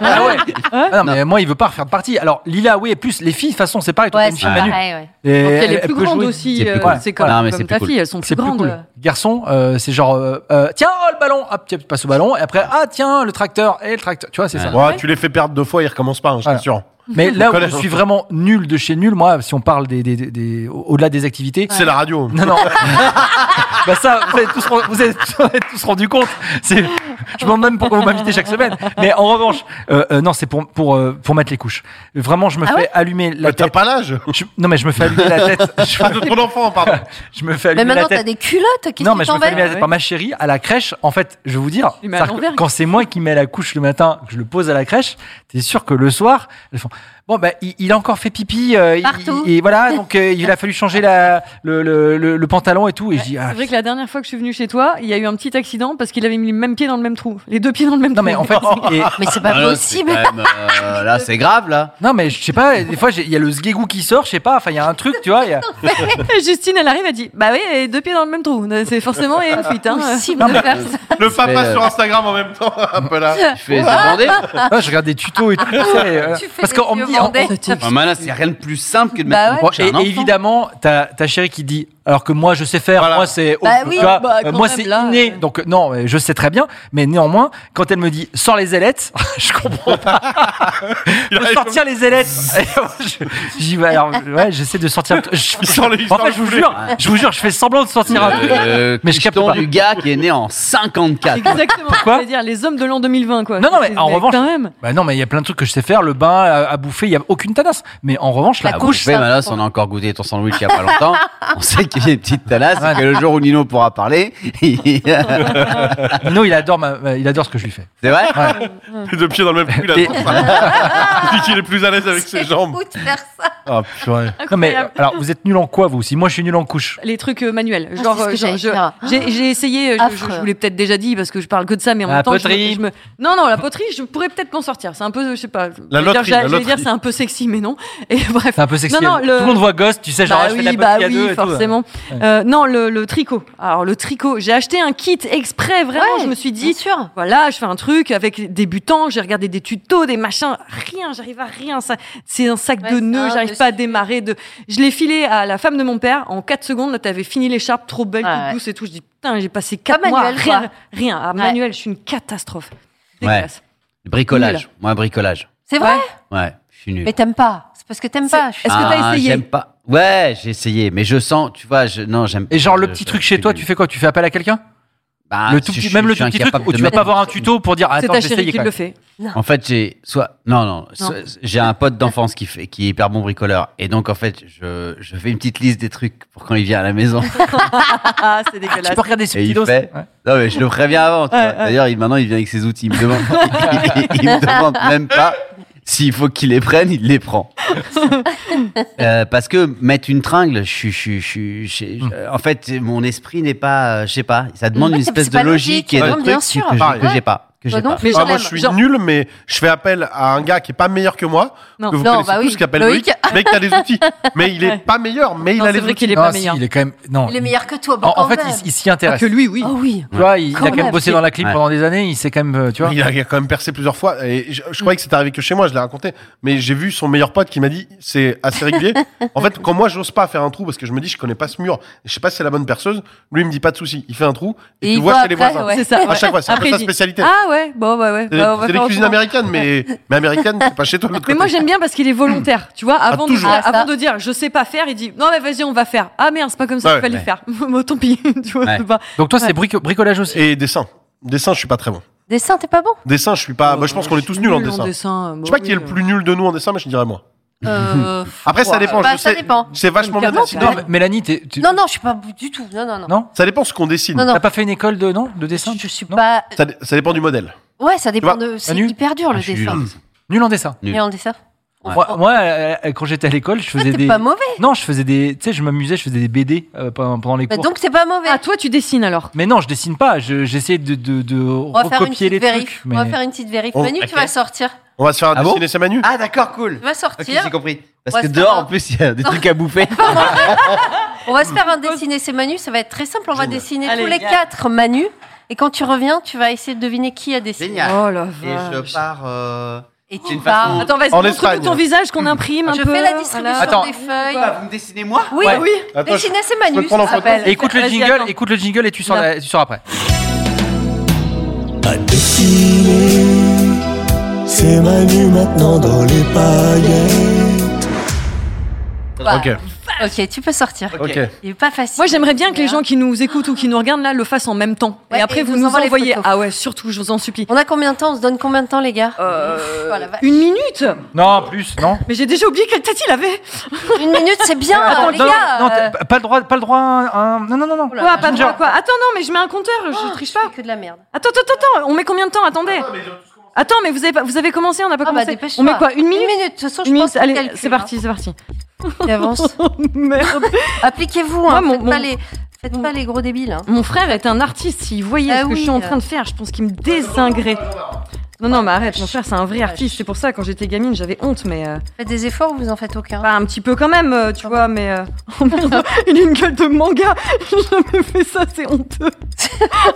Speaker 6: Ah ouais. Ah non, mais moi, il veut pas refaire de partie. Alors, Lila, oui, et plus les filles, de toute façon, c'est pareil. toi, t'as
Speaker 2: Ouais,
Speaker 6: une
Speaker 2: c'est
Speaker 6: fille, Manu.
Speaker 2: pareil, ouais.
Speaker 6: Et
Speaker 5: Donc, elle, est
Speaker 6: elle
Speaker 5: plus
Speaker 6: peut
Speaker 5: grande
Speaker 6: jouer.
Speaker 5: aussi.
Speaker 1: C'est plus
Speaker 5: euh,
Speaker 6: cool.
Speaker 5: C'est comme,
Speaker 1: Non, mais
Speaker 5: comme
Speaker 1: c'est
Speaker 5: ta
Speaker 1: plus
Speaker 5: fille, elles sont plus
Speaker 6: C'est plus
Speaker 5: grandes.
Speaker 6: cool. Garçon, euh, c'est genre, euh, euh, tiens, oh, le ballon, hop, tiens, tu passes au ballon, et après, ah, tiens, le tracteur, et le tracteur, tu vois, c'est ça.
Speaker 7: Ouais, tu les fais perdre deux fois, ils recommencent pas, hein, je
Speaker 6: Voilà.
Speaker 7: t'assure.
Speaker 6: Mais là où je
Speaker 7: Connaître.
Speaker 6: suis vraiment nul de chez nul, moi, si on parle des, des, des- des- au- au-delà des activités.
Speaker 7: C'est la radio.
Speaker 6: Non, non. bah ça, vous avez tous, ren- vous avez tous- vous avez tous rendu compte. C'est, je m'en demande pourquoi vous m'invitez chaque semaine. Mais en revanche, euh, euh, non, c'est pour, pour, euh, pour mettre les couches. Vraiment,
Speaker 5: Ah
Speaker 6: je me fais allumer la
Speaker 7: Mais Bah, T'as
Speaker 6: tête.
Speaker 7: pas l'âge
Speaker 6: Je- non, mais je me fais allumer la tête. Je,
Speaker 7: Ah, de ton enfant, pardon.
Speaker 6: je me fais
Speaker 2: Mais
Speaker 6: allumer
Speaker 2: maintenant,
Speaker 6: la tête.
Speaker 2: t'as des culottes. Qu'est-ce
Speaker 6: Non, mais
Speaker 2: que
Speaker 6: je me fais allumer la
Speaker 2: t'en
Speaker 6: tête par ma chérie à la crèche. En fait, je vais vous dire,
Speaker 5: Tu mets à
Speaker 6: c'est-à-dire que
Speaker 5: l'envers.
Speaker 6: quand c'est moi qui mets la couche le matin, que je le pose à la crèche, t'es sûr que le soir, elles font Bon, bah, il, il a encore fait pipi. euh, il-
Speaker 2: Partout.
Speaker 6: Et voilà, donc euh, il a fallu changer la, le, le, le- le pantalon et tout. Et je dis Ah,
Speaker 5: C'est vrai que la dernière fois que je suis venue chez toi, il y a eu un petit accident parce qu'il avait mis le même pied dans le même trou. Les deux pieds dans le même
Speaker 6: Non,
Speaker 5: trou.
Speaker 6: mais en fait, et-
Speaker 2: Mais c'est pas
Speaker 1: Ah, là, c'est
Speaker 2: possible.
Speaker 1: quand même, euh, Là, c'est grave, là.
Speaker 6: non, mais je sais pas, des fois, j'ai- il y a le sgégou qui sort, je sais pas, enfin, il y a un truc, tu vois. il y a-
Speaker 5: Justine, elle arrive, elle dit Bah oui, et deux pieds dans le même trou. C'est forcément il
Speaker 2: Ah,
Speaker 5: y a une fuite. Hein.
Speaker 2: Impossible de faire ça.
Speaker 7: Le papa
Speaker 1: Mais, euh,
Speaker 7: sur Instagram en même temps, un peu là.
Speaker 1: Je fais demander.
Speaker 6: Ouais, je regarde des tutos et tout, tu sais, et, euh,
Speaker 2: Tu fais
Speaker 6: Parce
Speaker 2: les
Speaker 6: qu'on me
Speaker 2: yeux
Speaker 6: dit.
Speaker 2: bandés.
Speaker 6: on- on-
Speaker 1: Ah, mais là, c'est rien de plus simple que de mettre
Speaker 2: Bah ouais.
Speaker 1: une
Speaker 6: Bon,
Speaker 1: couche à
Speaker 6: et,
Speaker 1: un
Speaker 6: et
Speaker 1: enfant.
Speaker 6: évidemment, ta, ta chérie qui dit, alors que moi je sais faire,
Speaker 7: Voilà.
Speaker 6: moi c'est,
Speaker 2: Bah
Speaker 6: tu
Speaker 2: oui,
Speaker 6: vois,
Speaker 5: bah,
Speaker 6: euh,
Speaker 5: quand
Speaker 6: moi
Speaker 5: même,
Speaker 6: c'est
Speaker 5: là,
Speaker 6: inné.
Speaker 5: euh.
Speaker 6: Donc euh, non, euh, je sais très bien, mais néanmoins, quand elle me dit, sors les ailettes, je comprends pas.
Speaker 7: Il
Speaker 6: Faut
Speaker 7: arrive
Speaker 6: sortir les ailettes. Et je- J'y vais, alors, ouais, j'essaie de sortir. le truc. Je-
Speaker 7: Il sort les- il
Speaker 6: en
Speaker 7: sort
Speaker 6: fait,
Speaker 7: le
Speaker 6: je vous
Speaker 7: poulet.
Speaker 6: jure, je vous jure, je fais semblant de sortir un truc.
Speaker 7: Euh.
Speaker 1: Euh, Le
Speaker 6: Mais je capte
Speaker 1: coucheton
Speaker 6: pas.
Speaker 1: du gars qui est né en 54.
Speaker 5: Exactement.
Speaker 6: Pourquoi
Speaker 5: Je veux dire, les hommes de l'an 2020, quoi.
Speaker 6: Non, non, mais
Speaker 5: C'est-
Speaker 6: en revanche-
Speaker 5: Quand même.
Speaker 6: Bah non, mais il y a plein de trucs que je sais faire, le bain, à, à bouffer, il y a aucune tanasse. Mais en revanche, la
Speaker 1: Ah,
Speaker 6: couche,
Speaker 1: vous pouvez, Manos, on a encore goûté ton sandwich il y a pas longtemps. On sait qu'il y a une petite talasses et que le jour où Nino pourra parler, c'est
Speaker 7: Ah
Speaker 6: Nino, il adore, ma- euh, il adore ce que je lui fais.
Speaker 1: vrai.
Speaker 7: Les deux pieds dans le même trou, il a
Speaker 6: Et-
Speaker 7: Il dit qu'il est plus à l'aise avec ses jambes.
Speaker 2: fou de faire ça.
Speaker 7: Ah, purée.
Speaker 6: Non, mais alors, vous êtes nul en quoi, vous aussi Moi, je suis nul en couche.
Speaker 5: Les trucs euh, manuels. Genre,
Speaker 2: Ah, c'est ce que
Speaker 5: euh, genre,
Speaker 2: j'allais
Speaker 5: je-
Speaker 2: dire.
Speaker 5: j'ai j'ai essayé, euh, je- je,
Speaker 2: Affreux.
Speaker 5: je vous l'ai peut-être déjà dit parce que je parle que de ça, mais en
Speaker 6: La
Speaker 5: même temps. je me-
Speaker 6: poterie.
Speaker 5: je me- Non, non, la poterie, je pourrais peut-être m'en sortir. C'est un peu, je sais pas. j'allais dire-
Speaker 6: loterie, la
Speaker 5: J'allais j'allais dire,
Speaker 6: loterie.
Speaker 5: c'est un peu sexy, mais non. Et bref.
Speaker 6: C'est un peu sexy.
Speaker 5: Non, non, le-
Speaker 6: Tout le monde voit Ghost, tu sais, genre,
Speaker 5: Bah
Speaker 6: ah, je fais de la
Speaker 5: oui,
Speaker 6: poterie
Speaker 5: bah
Speaker 6: à
Speaker 5: oui,
Speaker 6: deux et tout.
Speaker 5: forcément.
Speaker 6: Ouais.
Speaker 5: Euh, non, le, le tricot. Alors le tricot, j'ai acheté un kit exprès vraiment. je me suis dit, voilà, je fais un truc avec débutants. J'ai regardé des tutos, des machins. Rien, j'arrive à rien. Ça, c'est un sac de nœuds. J'arrive pas à démarrer. De, je l'ai filé à la femme de mon père en 4 secondes. Là, t'avais fini l'écharpe, trop belle,
Speaker 2: Ouais,
Speaker 5: toute
Speaker 2: ouais.
Speaker 5: douce et tout. Je dis, putain, j'ai passé 4 mois.
Speaker 2: manuel,
Speaker 5: rien,
Speaker 2: quoi.
Speaker 5: rien. Ah, manuel, je suis une catastrophe.
Speaker 1: Ouais. Bricolage.
Speaker 5: Nul.
Speaker 1: Moi, bricolage.
Speaker 2: C'est vrai
Speaker 1: Ouais, je suis nul.
Speaker 2: Mais t'aimes pas. C'est parce que t'aimes pas. Est-ce
Speaker 1: Ah, J'aime pas. Ouais, j'ai essayé, mais je sens, tu vois, je, non, j'aime. Et genre le petit truc
Speaker 6: chez toi, tu fais quoi Tu fais appel à quelqu'un
Speaker 1: Bah,
Speaker 6: Le tout petit- même le tout petit truc où tu vas pas avoir un tuto pour dire ah,
Speaker 5: C'est
Speaker 6: attends,
Speaker 5: ta
Speaker 6: je vais essayer
Speaker 5: chérie qui
Speaker 6: quand
Speaker 5: le
Speaker 6: même.
Speaker 5: fait.
Speaker 1: En fait, j'ai soit non non, so-
Speaker 5: Non.
Speaker 1: j'ai un pote d'enfance qui fait qui est hyper bon bricoleur et donc en fait, je, je fais une petite liste des trucs pour quand il vient à la maison.
Speaker 5: Ah, c'est dégueulasse.
Speaker 6: Tu peux regarder ce
Speaker 1: Et
Speaker 6: petit
Speaker 1: il
Speaker 6: dos
Speaker 1: fait. Non mais je le préviens avant. tu
Speaker 5: Ouais,
Speaker 1: vois.
Speaker 5: ouais.
Speaker 1: D'ailleurs, il- maintenant il vient avec ses outils. Il me demande, il me demande même pas s'il faut qu'il les prenne, il les prend. Euh, parce que mettre une tringle, je suis, je suis- je suis- je- je- en fait, mon esprit n'est pas, euh, je sais pas, ça demande
Speaker 2: Ouais,
Speaker 1: une
Speaker 2: c'est
Speaker 1: espèce de
Speaker 2: pas
Speaker 1: logique
Speaker 2: logique,
Speaker 1: et de
Speaker 2: non,
Speaker 1: truc
Speaker 2: bien
Speaker 1: qui-
Speaker 2: sûr.
Speaker 1: que je- que
Speaker 2: Pareil.
Speaker 1: j'ai pas, que
Speaker 2: Bah
Speaker 1: j'ai
Speaker 2: donc,
Speaker 1: pas.
Speaker 2: mais
Speaker 7: Ah,
Speaker 2: j'en
Speaker 7: moi,
Speaker 2: aime.
Speaker 7: je suis
Speaker 2: Genre-
Speaker 7: nul, mais je fais appel à un gars qui est pas meilleur que moi,
Speaker 5: Non.
Speaker 7: que vous
Speaker 5: Non,
Speaker 7: connaissez
Speaker 5: bah
Speaker 7: tous,
Speaker 5: oui.
Speaker 7: qui s'appelle
Speaker 5: Loïc.
Speaker 7: Loïc, mais qui a les outils. Mais il est
Speaker 5: Ouais.
Speaker 7: pas meilleur, mais il
Speaker 5: Non,
Speaker 7: a
Speaker 5: c'est
Speaker 7: les
Speaker 5: vrai
Speaker 7: outils.
Speaker 5: qu'il est pas meilleur.
Speaker 6: Il est quand même non.
Speaker 2: Il est meilleur que toi. Oh
Speaker 6: En en fait, il- il s'y
Speaker 5: Ah,
Speaker 6: intéresse.
Speaker 5: que lui, oui. Ah oui.
Speaker 6: Tu vois, il il
Speaker 2: Quand
Speaker 6: a quand même
Speaker 2: même.
Speaker 6: bossé dans la clip
Speaker 1: Ouais.
Speaker 6: pendant des années, il s'est quand même, euh, tu vois.
Speaker 7: Il a, il a quand même percé plusieurs fois. Et je, je croyais que c'était arrivé que chez moi, je l'ai raconté. Mais j'ai vu son meilleur pote qui m'a dit, c'est assez régulier. en fait, quand moi, j'ose pas faire un trou parce que je me dis, je connais pas ce mur, je sais pas si c'est la bonne perceuse, lui, il me dit pas de souci. Il fait un trou et, tu
Speaker 2: il
Speaker 7: le vois
Speaker 2: voit
Speaker 7: chez les
Speaker 2: après,
Speaker 7: voisins.
Speaker 2: ouais.
Speaker 5: C'est ça.
Speaker 7: À
Speaker 5: ouais.
Speaker 7: chaque fois, c'est un peu
Speaker 5: Après, il
Speaker 7: sa
Speaker 5: dit,
Speaker 7: spécialité.
Speaker 5: Ah ouais, bon, ouais, ouais.
Speaker 7: C'est
Speaker 5: Bah, on va
Speaker 7: c'est les
Speaker 5: faire
Speaker 7: cuisines
Speaker 5: autrement.
Speaker 7: américaines, mais, mais américaines, c'est pas chez toi de l'autre
Speaker 5: Mais
Speaker 7: côté.
Speaker 5: moi j'aime bien parce qu'il est volontaire, tu vois. Avant, de,
Speaker 7: toujours.
Speaker 5: dire,
Speaker 2: Ah, ça.
Speaker 5: avant de dire je sais pas faire, il dit non mais vas-y on va faire. Ah merde c'est pas comme ça
Speaker 7: Ouais,
Speaker 5: qu'il fallait
Speaker 1: ouais.
Speaker 5: faire. Bon, tant pis, tu vois.
Speaker 1: Ouais.
Speaker 5: c'est pas-
Speaker 6: Donc toi, c'est
Speaker 5: Ouais.
Speaker 6: brico- bricolage aussi.
Speaker 7: Et dessin. Dessin, je suis pas très bon.
Speaker 2: Dessin, t'es pas bon.
Speaker 7: Dessin, je suis pas. moi, Ah, bah, je pense qu'on est tous nuls en
Speaker 5: Nul
Speaker 7: dessin.
Speaker 5: Oh, dessin,
Speaker 7: Je
Speaker 5: bah
Speaker 7: sais pas
Speaker 5: oui,
Speaker 7: qui est le
Speaker 5: euh.
Speaker 7: plus nul de nous en dessin, mais je dirais moi.
Speaker 2: Euh,
Speaker 7: Après, ça
Speaker 2: ouais.
Speaker 7: dépend.
Speaker 2: Bah,
Speaker 7: je
Speaker 2: ça
Speaker 7: sais,
Speaker 2: dépend.
Speaker 7: je sais vachement bien
Speaker 5: Clairement,
Speaker 7: dessiner.
Speaker 6: Non, mais Mélanie, t'es- tu-
Speaker 2: Non, non, je suis pas bon du tout. Non, non, non.
Speaker 6: non
Speaker 7: Ça dépend ce qu'on dessine.
Speaker 2: Non, non.
Speaker 6: T'as pas fait une école de non de dessin
Speaker 2: Je suis
Speaker 6: Non
Speaker 2: pas.
Speaker 7: Ça, dé- ça dépend du modèle.
Speaker 2: Ouais, ça dépend
Speaker 7: vois,
Speaker 2: de. C'est
Speaker 6: Manu
Speaker 2: hyper dur
Speaker 1: Ah,
Speaker 2: le
Speaker 1: je suis nul en
Speaker 2: dessin.
Speaker 1: dessin.
Speaker 6: Nul en dessin.
Speaker 1: Nul.
Speaker 2: Et en dessin.
Speaker 6: Moi, moi, euh, euh, quand j'étais à l'école, je faisais
Speaker 2: T'es
Speaker 6: des.
Speaker 2: pas mauvais.
Speaker 6: Non, je faisais des. Tu sais, je m'amusais, je faisais des BD euh, pendant, pendant les
Speaker 2: Bah,
Speaker 6: cours.
Speaker 2: donc t'es pas mauvais.
Speaker 5: Ah toi tu dessines alors.
Speaker 6: Mais non, je dessine pas. je- J'essayais de, de, de
Speaker 2: On va faire une
Speaker 6: recopier
Speaker 2: petite
Speaker 6: les
Speaker 2: vérif.
Speaker 6: trucs. Mais...
Speaker 2: On va faire une petite vérif.
Speaker 7: Oh,
Speaker 2: Manu,
Speaker 7: ok.
Speaker 2: tu vas sortir.
Speaker 7: On va se faire
Speaker 1: Ah bon
Speaker 7: dessiner ses Manu.
Speaker 1: Ah d'accord, cool.
Speaker 2: Tu vas
Speaker 1: Ok,
Speaker 2: sortir.
Speaker 1: j'ai compris.
Speaker 2: Ouais,
Speaker 1: Parce que
Speaker 2: c'est
Speaker 1: dehors,
Speaker 2: pas
Speaker 1: en plus, il y a des trucs à bouffer.
Speaker 2: Ah. On va se faire un dessiner ces Manu. Ça va être très simple. On va dessiner
Speaker 5: Mmh. Allez,
Speaker 2: tous les
Speaker 5: génial.
Speaker 2: quatre Manu. Et quand tu reviens, tu vas essayer de deviner qui a dessiné.
Speaker 1: Génial.
Speaker 5: Oh la
Speaker 1: Et je
Speaker 5: vache.
Speaker 1: pars. euh,
Speaker 2: Et
Speaker 1: C'est
Speaker 2: tu
Speaker 1: une
Speaker 2: pars.
Speaker 1: façon-
Speaker 5: Attends vas-y
Speaker 7: En
Speaker 5: montre
Speaker 7: Espagne.
Speaker 5: ton visage qu'on imprime un
Speaker 2: Je
Speaker 5: peu.
Speaker 2: fais la distribution
Speaker 5: Voilà.
Speaker 6: Attends.
Speaker 2: des feuilles.
Speaker 1: Quoi, vous me dessinez moi
Speaker 2: Oui,
Speaker 5: Ouais.
Speaker 2: oui.
Speaker 7: Attends, je-
Speaker 2: Dessiner ces Manu.
Speaker 7: peux prendre en
Speaker 2: ça
Speaker 7: photo
Speaker 2: s'appelle.
Speaker 6: Écoute le
Speaker 5: Vas-y,
Speaker 6: jingle,
Speaker 5: attends.
Speaker 6: écoute le jingle et tu sors,
Speaker 5: Non.
Speaker 6: la- tu sors après.
Speaker 8: À dessiner, c'est Manu maintenant dans les paillettes.
Speaker 7: Ok,
Speaker 2: Ok, tu peux sortir.
Speaker 7: ok.
Speaker 2: Il est pas facile.
Speaker 5: Moi j'aimerais bien que les gens qui nous écoutent ou qui nous regardent là le fassent en même temps.
Speaker 2: Ouais,
Speaker 5: et après
Speaker 2: et
Speaker 5: vous
Speaker 2: nous
Speaker 5: nous
Speaker 2: envoie les
Speaker 5: envoyez.
Speaker 2: photos.
Speaker 5: Ah ouais surtout je vous en supplie.
Speaker 2: On a combien de temps On se donne combien de temps, les gars
Speaker 5: Euh,
Speaker 2: Oh, la vache.
Speaker 5: Une minute
Speaker 6: Non, plus, non.
Speaker 5: Mais j'ai déjà oublié quelle tête il avait.
Speaker 2: Une minute, c'est bien, Ah, les
Speaker 6: non,
Speaker 2: gars. euh. Oh,
Speaker 6: non, t'as pas le droit, pas le droit. à un- Non, non, non, non.
Speaker 2: Oula,
Speaker 5: Quoi, pas de
Speaker 6: Ginger.
Speaker 5: droit, quoi Attends non mais je mets un compteur, je
Speaker 2: Oh,
Speaker 5: triche
Speaker 2: je
Speaker 5: pas.
Speaker 2: fais que de la merde.
Speaker 5: Attends, attends, attends, on met combien de temps Attendez. Attends, Ah, mais vous avez, pas- vous avez commencé, on n'a pas
Speaker 2: Ah bah,
Speaker 5: commencé.
Speaker 2: dépêche-toi.
Speaker 5: on met quoi Une minute
Speaker 2: Une minute. De toute façon, je
Speaker 5: Une
Speaker 2: pense
Speaker 5: minute,
Speaker 2: que
Speaker 5: allez,
Speaker 2: calcul,
Speaker 5: c'est parti, c'est parti.
Speaker 2: hein. Il avance.
Speaker 5: Merde.
Speaker 2: Appliquez-vous, hein.
Speaker 5: Moi, mon-
Speaker 2: faites, pas
Speaker 5: mon-
Speaker 2: les... faites pas les gros débiles. hein.
Speaker 5: Mon frère est un artiste, s'il voyait
Speaker 2: Ah
Speaker 5: ce que je
Speaker 2: oui,
Speaker 5: suis en
Speaker 2: euh.
Speaker 5: train de faire, je pense qu'il me désinguerait. Non, non, mais arrête, mon frère, c'est un vrai artiste. C'est pour ça, quand j'étais gamine, j'avais honte, mais. euh,
Speaker 2: Faites des efforts ou vous en faites aucun
Speaker 5: bah, un petit peu quand même, euh,
Speaker 2: Ah
Speaker 5: tu vois, mais. euh, Oh merde, il a une gueule de manga J'ai jamais fait ça, c'est honteux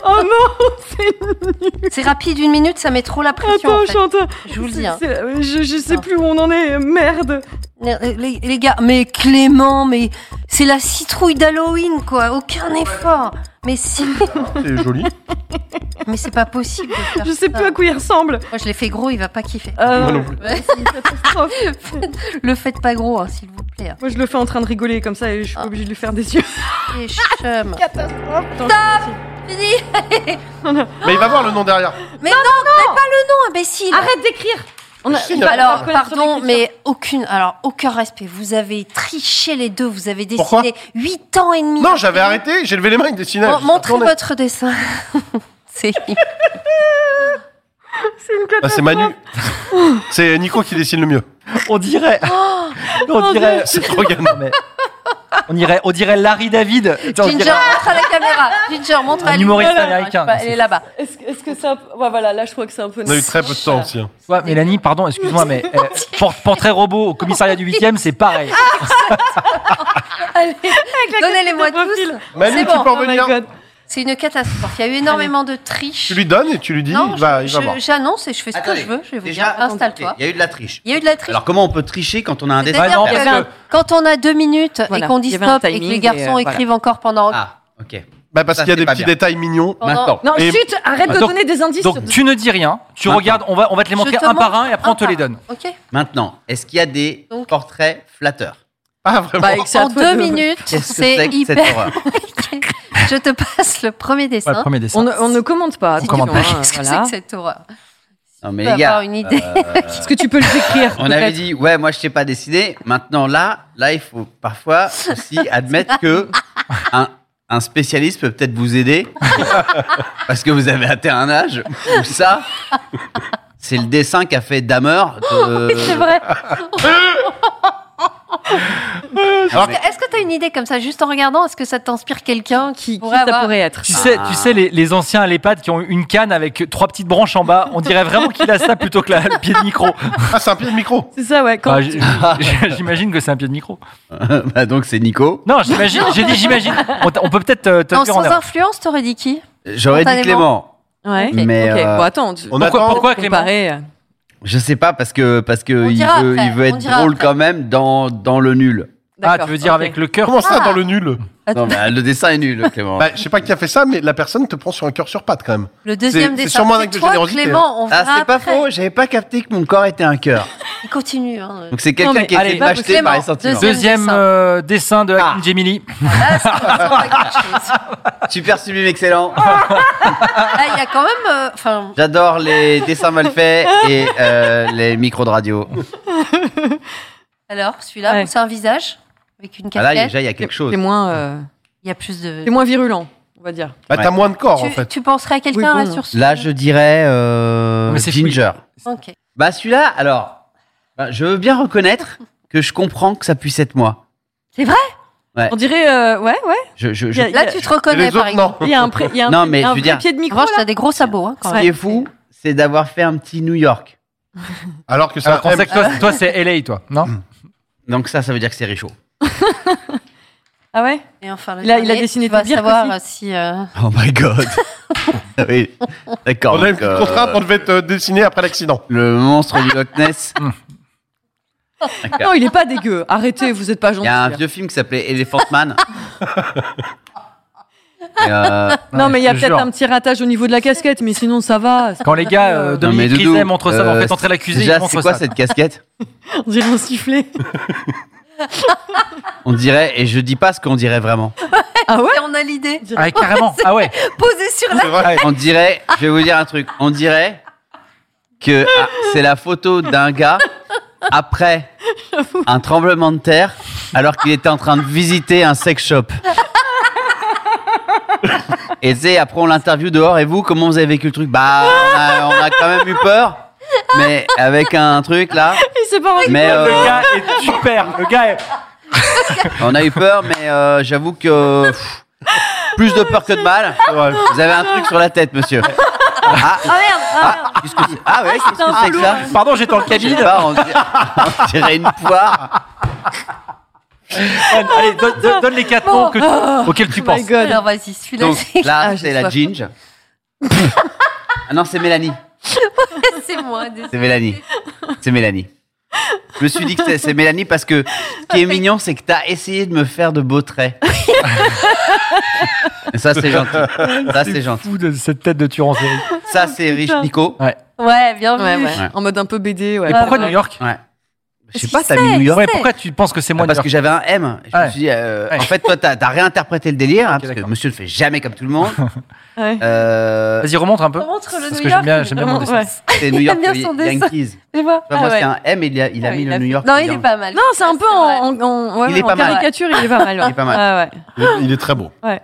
Speaker 5: Oh non
Speaker 2: C'est rapide, une minute, ça met trop la pression.
Speaker 5: Attends,
Speaker 2: en fait.
Speaker 5: chante
Speaker 2: Je vous le dis. hein.
Speaker 5: euh, Je, je sais
Speaker 2: Non.
Speaker 5: plus où on en est, euh, merde
Speaker 2: Euh, Les, les gars, mais Clément, mais c'est la citrouille d'Halloween, quoi. Aucun effort. Mais si,
Speaker 7: C'est joli.
Speaker 2: mais c'est pas possible. de faire
Speaker 5: Je sais
Speaker 2: ça.
Speaker 5: plus à quoi il ressemble
Speaker 2: Moi, je l'ai fait gros, il va pas kiffer.
Speaker 5: Euh,
Speaker 7: Moi non plus.
Speaker 5: ouais, c'est une catastrophe.
Speaker 2: Le faites pas gros, hein, s'il vous plaît. hein.
Speaker 5: Moi, je le fais en train de rigoler comme ça et je suis pas obligée de lui faire des yeux.
Speaker 2: Et chum.
Speaker 5: Attends,
Speaker 2: Fini.
Speaker 7: Mais il va voir le nom derrière.
Speaker 2: Mais non, mais pas le nom, imbécile.
Speaker 5: Arrête d'écrire on a,
Speaker 7: Si,
Speaker 5: on va
Speaker 2: Alors,
Speaker 5: reconnaître son
Speaker 2: pardon,
Speaker 5: écriture.
Speaker 2: mais aucune, alors aucun respect. Vous avez triché les deux. Vous avez
Speaker 7: Pourquoi
Speaker 2: dessiné 8 ans et demi.
Speaker 7: Non, j'avais arrêté, j'ai levé les mains, il dessinait.
Speaker 2: Mon-
Speaker 7: Je
Speaker 2: montrez
Speaker 7: attendais.
Speaker 2: votre dessin. c'est
Speaker 5: C'est une
Speaker 7: Ah,
Speaker 5: catastrophe
Speaker 7: Bah, c'est Manu. C'est Nico qui dessine le mieux.
Speaker 2: Oh,
Speaker 6: On dirait. On dirait.
Speaker 7: C'est trop gamin.
Speaker 6: mais On, irait, on dirait Larry David. Tu sais, on
Speaker 2: Ginger,
Speaker 6: dirait-
Speaker 2: montre à la caméra. Ginger, montre à
Speaker 6: Un
Speaker 2: lui.
Speaker 6: humoriste
Speaker 2: Voilà.
Speaker 6: américain.
Speaker 2: Bah, Elle est là-bas.
Speaker 5: Est-ce que- est-ce que ça. Ouais, voilà, là, je crois que c'est un peu.
Speaker 7: On a eu très peu de temps aussi. hein.
Speaker 6: Ouais, Mélanie, pardon, excuse-moi, mais euh, por- portrait robot au commissariat du 8 c'est pareil.
Speaker 2: Ah, Allez, donnez-les-moi tous.
Speaker 7: Manu,
Speaker 2: C'est Oh
Speaker 7: tu peux revenir.
Speaker 2: C'est une catastrophe. Il y a eu énormément de triche.
Speaker 7: Tu lui donnes et tu lui dis,
Speaker 2: Non,
Speaker 7: il va, il
Speaker 2: je-
Speaker 7: va voir.
Speaker 2: j'annonce et je fais ce que je veux. Je vais vous dire, installe-toi.
Speaker 1: Il y a eu de la triche.
Speaker 2: Il y a eu de la triche.
Speaker 1: Alors comment on peut tricher quand on a un dessin
Speaker 2: C'est-à-dire
Speaker 1: à
Speaker 2: que
Speaker 1: faire
Speaker 2: quand on a deux minutes
Speaker 5: Voilà,
Speaker 2: et qu'on
Speaker 5: il
Speaker 2: dit
Speaker 5: y avait un
Speaker 2: stop et que
Speaker 5: timing et,
Speaker 2: les garçons
Speaker 5: euh,
Speaker 2: écrivent encore pendant.
Speaker 1: Ah, ok.
Speaker 7: Bah, parce
Speaker 1: Ça,
Speaker 7: qu'il y a
Speaker 1: c'est
Speaker 7: des
Speaker 1: pas
Speaker 7: petits
Speaker 1: bien.
Speaker 7: détails mignons.
Speaker 2: Pendant-
Speaker 1: Maintenant.
Speaker 5: Non,
Speaker 7: Et-
Speaker 5: chut, arrête de
Speaker 6: Donc-
Speaker 5: donner des indices.
Speaker 6: Donc tu ne dis rien, tu
Speaker 1: Maintenant.
Speaker 6: regardes, on va, on va te les
Speaker 2: Je
Speaker 6: montrer
Speaker 2: te
Speaker 6: un
Speaker 2: montre
Speaker 6: par un et après on te
Speaker 2: par
Speaker 6: les
Speaker 2: un.
Speaker 6: donne.
Speaker 2: Ok.
Speaker 1: Maintenant, est-ce qu'il y a des
Speaker 2: Donc-
Speaker 1: portraits flatteurs
Speaker 7: Ah, vraiment.
Speaker 5: Bah, et que c'est à
Speaker 2: En
Speaker 5: toi
Speaker 2: deux
Speaker 5: de-
Speaker 2: minutes,
Speaker 1: Qu'est-ce que c'est
Speaker 2: c'est
Speaker 1: que cette
Speaker 2: hyper.
Speaker 1: horreur
Speaker 2: Je te passe le premier
Speaker 6: Ouais,
Speaker 2: dessin.
Speaker 6: premier dessin.
Speaker 5: On ne, on ne commente pas.
Speaker 6: On commente
Speaker 5: attention,
Speaker 6: pas.
Speaker 5: hein,
Speaker 2: Qu'est-ce que c'est
Speaker 5: voilà.
Speaker 2: que cette horreur
Speaker 1: Non mais
Speaker 2: peux
Speaker 1: les gars,
Speaker 2: avoir une idée.
Speaker 1: euh,
Speaker 5: Est-ce que tu peux le décrire
Speaker 1: on avait
Speaker 5: peut-être
Speaker 1: dit ouais, moi je sais pas dessiner. Maintenant là, là il faut parfois aussi admettre que un, un spécialiste peut peut-être vous aider parce que vous avez atteint un âge où ça. C'est le dessin qu'a fait Damer. de-
Speaker 2: C'est vrai.
Speaker 7: Alors-
Speaker 2: Est-ce que tu as une idée comme ça, juste en regardant Est-ce que ça t'inspire quelqu'un
Speaker 5: qui, qui
Speaker 2: pourrait
Speaker 5: ça
Speaker 2: avoir-
Speaker 5: pourrait être
Speaker 6: Tu sais, tu
Speaker 1: Ah.
Speaker 6: sais les, les anciens à l'EHPAD qui ont une canne avec trois petites branches en bas, on dirait vraiment qu'il a ça plutôt que la- le pied de micro.
Speaker 7: Ah, c'est un pied de micro.
Speaker 5: C'est ça, ouais. Quand
Speaker 6: Enfin, j- j- j'imagine que c'est un pied de micro.
Speaker 1: Bah, donc c'est Nico.
Speaker 6: Non, j'imagine, j'ai dit j'imagine. On, t- on peut peut-être euh, te
Speaker 2: Non,
Speaker 6: faire en
Speaker 2: sans
Speaker 6: erreur.
Speaker 2: influence, t'aurais dit qui
Speaker 1: J'aurais dit Clément.
Speaker 5: Ouais.
Speaker 1: Ok. Mais,
Speaker 5: Ok,
Speaker 1: euh,
Speaker 5: bon, attends, tu-
Speaker 7: On
Speaker 6: Pourquoi-
Speaker 7: attend.
Speaker 6: pourquoi Clément
Speaker 5: comparer, euh,
Speaker 1: Je sais pas parce que parce que
Speaker 2: On
Speaker 1: il
Speaker 2: dira
Speaker 1: veut,
Speaker 2: après,
Speaker 1: il veut
Speaker 2: on
Speaker 1: être
Speaker 2: dira
Speaker 1: drôle
Speaker 2: après.
Speaker 1: quand même dans dans le nul.
Speaker 6: Ah,
Speaker 5: d'accord,
Speaker 6: tu veux dire
Speaker 5: ok.
Speaker 6: avec le cœur
Speaker 7: Comment ça,
Speaker 2: Ah.
Speaker 7: dans le nul
Speaker 1: Non, bah, le dessin est nul, Clément.
Speaker 7: Bah, je sais pas qui a fait ça, mais la personne te prend sur un cœur sur patte quand même.
Speaker 2: Le deuxième
Speaker 7: C'est- c'est
Speaker 2: dessin.
Speaker 7: sûrement un acte de
Speaker 2: toi,
Speaker 7: générosité,
Speaker 2: Clément, on verra
Speaker 1: ah, c'est pas
Speaker 2: après.
Speaker 1: faux. J'avais pas capté que mon corps était un cœur.
Speaker 2: Il continue. hein.
Speaker 1: Donc c'est quelqu'un
Speaker 5: Non, mais
Speaker 1: qui a
Speaker 5: allez,
Speaker 1: été acheté
Speaker 2: Clément,
Speaker 1: par les sentiments.
Speaker 2: deuxième-
Speaker 6: Deuxième
Speaker 2: dessin.
Speaker 6: euh, dessin de
Speaker 5: Ah.
Speaker 6: Hakim Jemili.
Speaker 2: Là, ça ressemble à quelque chose.
Speaker 1: Super sublime, excellent.
Speaker 2: Là, il y a quand même. euh, Enfin,
Speaker 1: J'adore les dessins mal faits et euh, les micros de radio.
Speaker 2: alors, celui-là,
Speaker 5: Ouais.
Speaker 2: bon, c'est un visage avec une
Speaker 1: Ah, là,
Speaker 2: casquette.
Speaker 1: déjà, il y a quelque chose.
Speaker 5: C'est moins, euh,
Speaker 2: il y a plus de.
Speaker 5: c'est moins virulent, on va dire.
Speaker 7: Bah, t'as
Speaker 1: Ouais.
Speaker 7: moins de corps
Speaker 2: tu,
Speaker 7: en fait.
Speaker 2: tu penserais à quelqu'un
Speaker 5: Oui, bon.
Speaker 2: là sur ce.
Speaker 1: Là, je dirais euh,
Speaker 6: Mais c'est
Speaker 1: Ginger.
Speaker 2: Ok.
Speaker 1: Bah celui-là, alors, bah, je veux bien reconnaître que je comprends que ça puisse être moi.
Speaker 5: On dirait, euh, ouais, ouais.
Speaker 1: Je, je, je-
Speaker 5: Il y a-
Speaker 2: Là, tu te
Speaker 7: Et
Speaker 2: reconnais,
Speaker 7: les
Speaker 2: par
Speaker 7: autres,
Speaker 2: exemple.
Speaker 7: non.
Speaker 5: Il y a un, pré- il y a un,
Speaker 1: Non, mais
Speaker 5: un
Speaker 1: je veux
Speaker 5: vrai
Speaker 1: dire-
Speaker 5: pied de micro.
Speaker 2: Revanche,
Speaker 5: là.
Speaker 2: t'as des gros sabots. Hein, quand
Speaker 1: Ce
Speaker 2: même.
Speaker 1: qui est fou, c'est d'avoir fait un petit New York.
Speaker 7: Alors que ça.
Speaker 6: Alors qu'on
Speaker 7: aime.
Speaker 6: sait que toi,
Speaker 1: eh,
Speaker 6: toi, c'est LA, toi, non
Speaker 1: Mm. Donc ça, ça veut dire que c'est richaud.
Speaker 5: Ah ouais
Speaker 2: Et enfin, le
Speaker 5: Il a- il a
Speaker 2: dernier,
Speaker 5: dessiné
Speaker 2: tu vas
Speaker 5: des birks
Speaker 2: savoir euh, si.
Speaker 5: aussi.
Speaker 2: euh,
Speaker 1: Oh my god. Ah oui. D'accord.
Speaker 7: On a eu
Speaker 1: donc,
Speaker 7: le
Speaker 1: euh,
Speaker 7: contrat qu'on devait te dessiner après l'accident.
Speaker 1: le monstre du Loch Ness.
Speaker 5: Non, il est pas dégueu. Arrêtez, vous êtes pas
Speaker 1: Il
Speaker 5: gentil. hein.
Speaker 1: y a un vieux film qui s'appelait Elephant Man. Et, euh,
Speaker 5: Non, mais il y a
Speaker 6: je te
Speaker 5: peut-être
Speaker 6: jure.
Speaker 5: un petit ratage au niveau de la casquette, mais sinon ça va.
Speaker 6: Quand les gars
Speaker 1: non,
Speaker 6: euh,
Speaker 1: mais
Speaker 6: Dominique
Speaker 1: Doudou,
Speaker 6: Rizem montrent ça,
Speaker 1: euh,
Speaker 6: on fait entrer l'accusé, ils
Speaker 1: Déjà,
Speaker 6: montrent
Speaker 1: c'est quoi
Speaker 6: ça.
Speaker 1: cette casquette
Speaker 5: On dirait un sifflet.
Speaker 1: On dirait, et je dis pas ce qu'on dirait vraiment.
Speaker 5: Ah ouais
Speaker 2: Et on a l'idée.
Speaker 6: Ah, carrément. Ah ouais.
Speaker 2: Posée sur la.
Speaker 7: C'est vrai.
Speaker 1: On dirait, je vais vous dire un truc, on dirait que ah, c'est la photo d'un gars après un tremblement de terre alors qu'il était en train de visiter un sex shop. Et tu sais, après on l'interview dehors, et vous, comment vous avez vécu le truc Bah, on a, on a quand même eu peur, mais avec un truc là.
Speaker 5: Il s'est pas rendu
Speaker 1: Mais
Speaker 5: compte.
Speaker 1: euh,
Speaker 6: Le gars est super. Le gars est.
Speaker 1: on a eu peur, mais euh, j'avoue que. pff, plus de peur que de mal.
Speaker 7: Ouais.
Speaker 1: Vous avez un truc sur la tête, monsieur. Ah,
Speaker 5: Ah merde ah,
Speaker 1: ah, qu'est-ce que c'est Ah ouais, qu'est-ce que c'est que ça
Speaker 6: Pardon, j'étais en cabine.
Speaker 1: Je sais pas, on dirait, on dirait une poire.
Speaker 6: Anne, Allez, donne,
Speaker 2: Oh,
Speaker 6: donne- donne les quatre noms que tu- auxquels tu
Speaker 5: merde.
Speaker 6: penses.
Speaker 5: Oh My God.
Speaker 2: Alors, vas-y, celui-là.
Speaker 1: Donc
Speaker 2: c'est-
Speaker 1: là,
Speaker 5: Ah, j'ai
Speaker 1: c'est la
Speaker 5: soif.
Speaker 1: Ginge. ah non, c'est Mélanie.
Speaker 2: C'est moi. désolé.
Speaker 1: C'est Mélanie. C'est Mélanie. Je me suis dit que c'est- c'est Mélanie parce que ce qui est mignon, c'est que t'as essayé de me faire de beaux traits. Et ça, c'est gentil. Ça, c'est gentil.
Speaker 6: Fou de cette tête de tueur en série.
Speaker 1: Ça, c'est riche Nico.
Speaker 2: Ouais, bien
Speaker 5: Ouais,
Speaker 2: vu.
Speaker 5: ouais. En mode un peu BD, ouais.
Speaker 2: Ah,
Speaker 6: Et pourquoi
Speaker 2: bah,
Speaker 6: New York
Speaker 1: Ouais. Je sais
Speaker 2: Parce
Speaker 1: pas,
Speaker 2: qu'il
Speaker 1: t'as mis
Speaker 2: sait,
Speaker 1: New York.
Speaker 6: Ouais, pourquoi tu penses que c'est moi
Speaker 1: Ah, parce
Speaker 6: New
Speaker 1: que j'avais un M. Je
Speaker 6: Ouais.
Speaker 1: me suis dit, euh,
Speaker 6: Ouais.
Speaker 1: en fait, toi, t'as t'as réinterprété le délire, hein, parce que
Speaker 6: d'accord.
Speaker 1: monsieur ne fait jamais comme tout le monde.
Speaker 5: Ouais.
Speaker 1: Euh,
Speaker 6: York Vas-y, remonte un peu.
Speaker 2: Montre le
Speaker 6: Parce
Speaker 2: New
Speaker 6: que j'aime bien,
Speaker 2: York.
Speaker 6: j'aime bien mon dessin.
Speaker 5: Ouais.
Speaker 1: c'est New
Speaker 2: Il
Speaker 1: York
Speaker 2: aime bien son dessin.
Speaker 1: Yankees. Tu
Speaker 5: Tu vois
Speaker 1: vois, moi,
Speaker 5: Ah ouais.
Speaker 1: c'est un M, il a, il a
Speaker 5: Ouais,
Speaker 1: mis
Speaker 5: il
Speaker 1: le
Speaker 5: a
Speaker 1: New
Speaker 5: fait-
Speaker 1: York.
Speaker 2: Non, il est
Speaker 1: Yankees.
Speaker 2: pas mal.
Speaker 5: Non, Ah, c'est un peu en, en, en- ouais,
Speaker 1: Il est
Speaker 5: en
Speaker 1: pas mal.
Speaker 5: caricature, il est pas mal. ouais. Ah,
Speaker 1: Il est pas mal.
Speaker 5: Ouais,
Speaker 7: Il est très beau.
Speaker 5: ouais, ouais.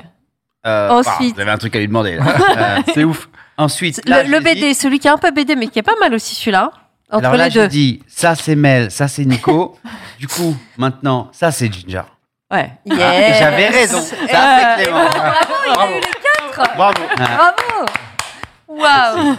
Speaker 1: Euh,
Speaker 2: Ensuite.
Speaker 1: bah, J'avais un truc à lui demander. là. Euh,
Speaker 6: C'est ouf.
Speaker 1: ensuite, là,
Speaker 2: Le, le
Speaker 1: j'hésite.
Speaker 2: BD, celui qui est un peu BD, mais qui est pas mal aussi celui-là. hein. Entre
Speaker 1: Alors là,
Speaker 2: les
Speaker 1: je
Speaker 2: deux.
Speaker 1: dis, ça c'est Mel, ça c'est Nico. du coup, maintenant, ça c'est Ginger.
Speaker 10: Ouais.
Speaker 1: Et j'avais raison. Ça c'est Clément.
Speaker 2: Euh, ben, Bravo, il a eu les quatre.
Speaker 7: Bravo.
Speaker 2: Ah. Bravo. Waouh.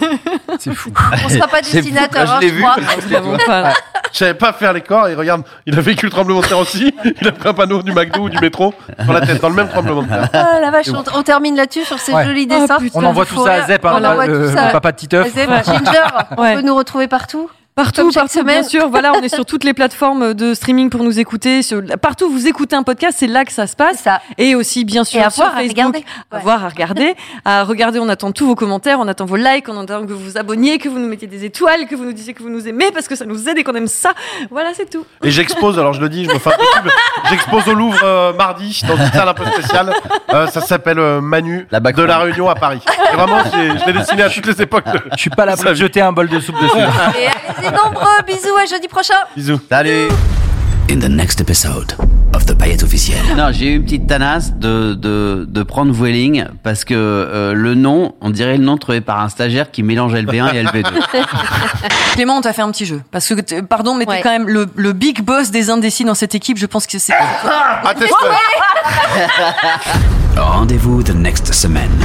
Speaker 6: C'est fou.
Speaker 2: On sera pas
Speaker 7: C'est fou,
Speaker 2: dessinateur,
Speaker 7: quand
Speaker 2: hein,
Speaker 7: je l'ai
Speaker 2: je
Speaker 7: vu.
Speaker 2: crois.
Speaker 7: je l'ai vu. Ouais. Je savais pas faire les corps et regarde, il a vécu le tremblement de terre aussi. Il a pris un panneau du McDo ou du métro sur la tête, dans le même tremblement de terre.
Speaker 2: Ah la vache, on, on termine là-dessus sur ces
Speaker 7: Ouais.
Speaker 2: jolis dessins. Ah,
Speaker 6: on envoie tout ça à Zep, hein,
Speaker 2: On envoie
Speaker 6: le-
Speaker 2: tout ça
Speaker 6: le papa de Titeuf.
Speaker 2: à Zep. Ginger, on peut nous retrouver partout
Speaker 10: Partout, partout, bien sûr. Voilà, on est sur toutes les plateformes de streaming pour nous écouter. Sur- partout, vous écoutez un podcast, c'est là que ça se
Speaker 2: Ah,
Speaker 10: passe. Et aussi, bien sûr,
Speaker 2: à
Speaker 10: sur
Speaker 2: voir, à
Speaker 10: Facebook,
Speaker 2: regarder.
Speaker 10: à voir, à regarder, à regarder. On attend tous vos commentaires, on attend vos likes, on attend que vous vous abonniez, que vous nous mettiez des étoiles, que vous nous disiez que vous nous aimez parce que ça nous aide et qu'on aime ça. Voilà, c'est tout.
Speaker 7: Et j'expose, alors je le dis, je me fais un peu pub. J'expose au Louvre euh, mardi dans une salle un peu spéciale. Euh, ça s'appelle euh, Manu de la Réunion à Paris. Et vraiment, j'ai- je l'ai dessiné à toutes les époques. Je
Speaker 6: suis pas là pour jeter un bol de soupe dessus.
Speaker 2: Et allez-y nombreux, bisous, à jeudi prochain.
Speaker 7: Bisous.
Speaker 1: Salut.
Speaker 11: In the next episode of The Payette Officielle.
Speaker 1: Non, j'ai eu une petite tanasse de, de, de prendre Vueling parce que euh, le nom, on dirait le nom trouvé par un stagiaire qui mélange LB1 et LB2.
Speaker 12: Clément, on t'a fait un petit jeu. Parce que, t'es- pardon, mais t'es quand même le, le big boss des indécis dans cette équipe. Je pense que c'est.
Speaker 11: Rendez-vous the next semaine.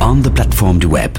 Speaker 11: On the platform du web.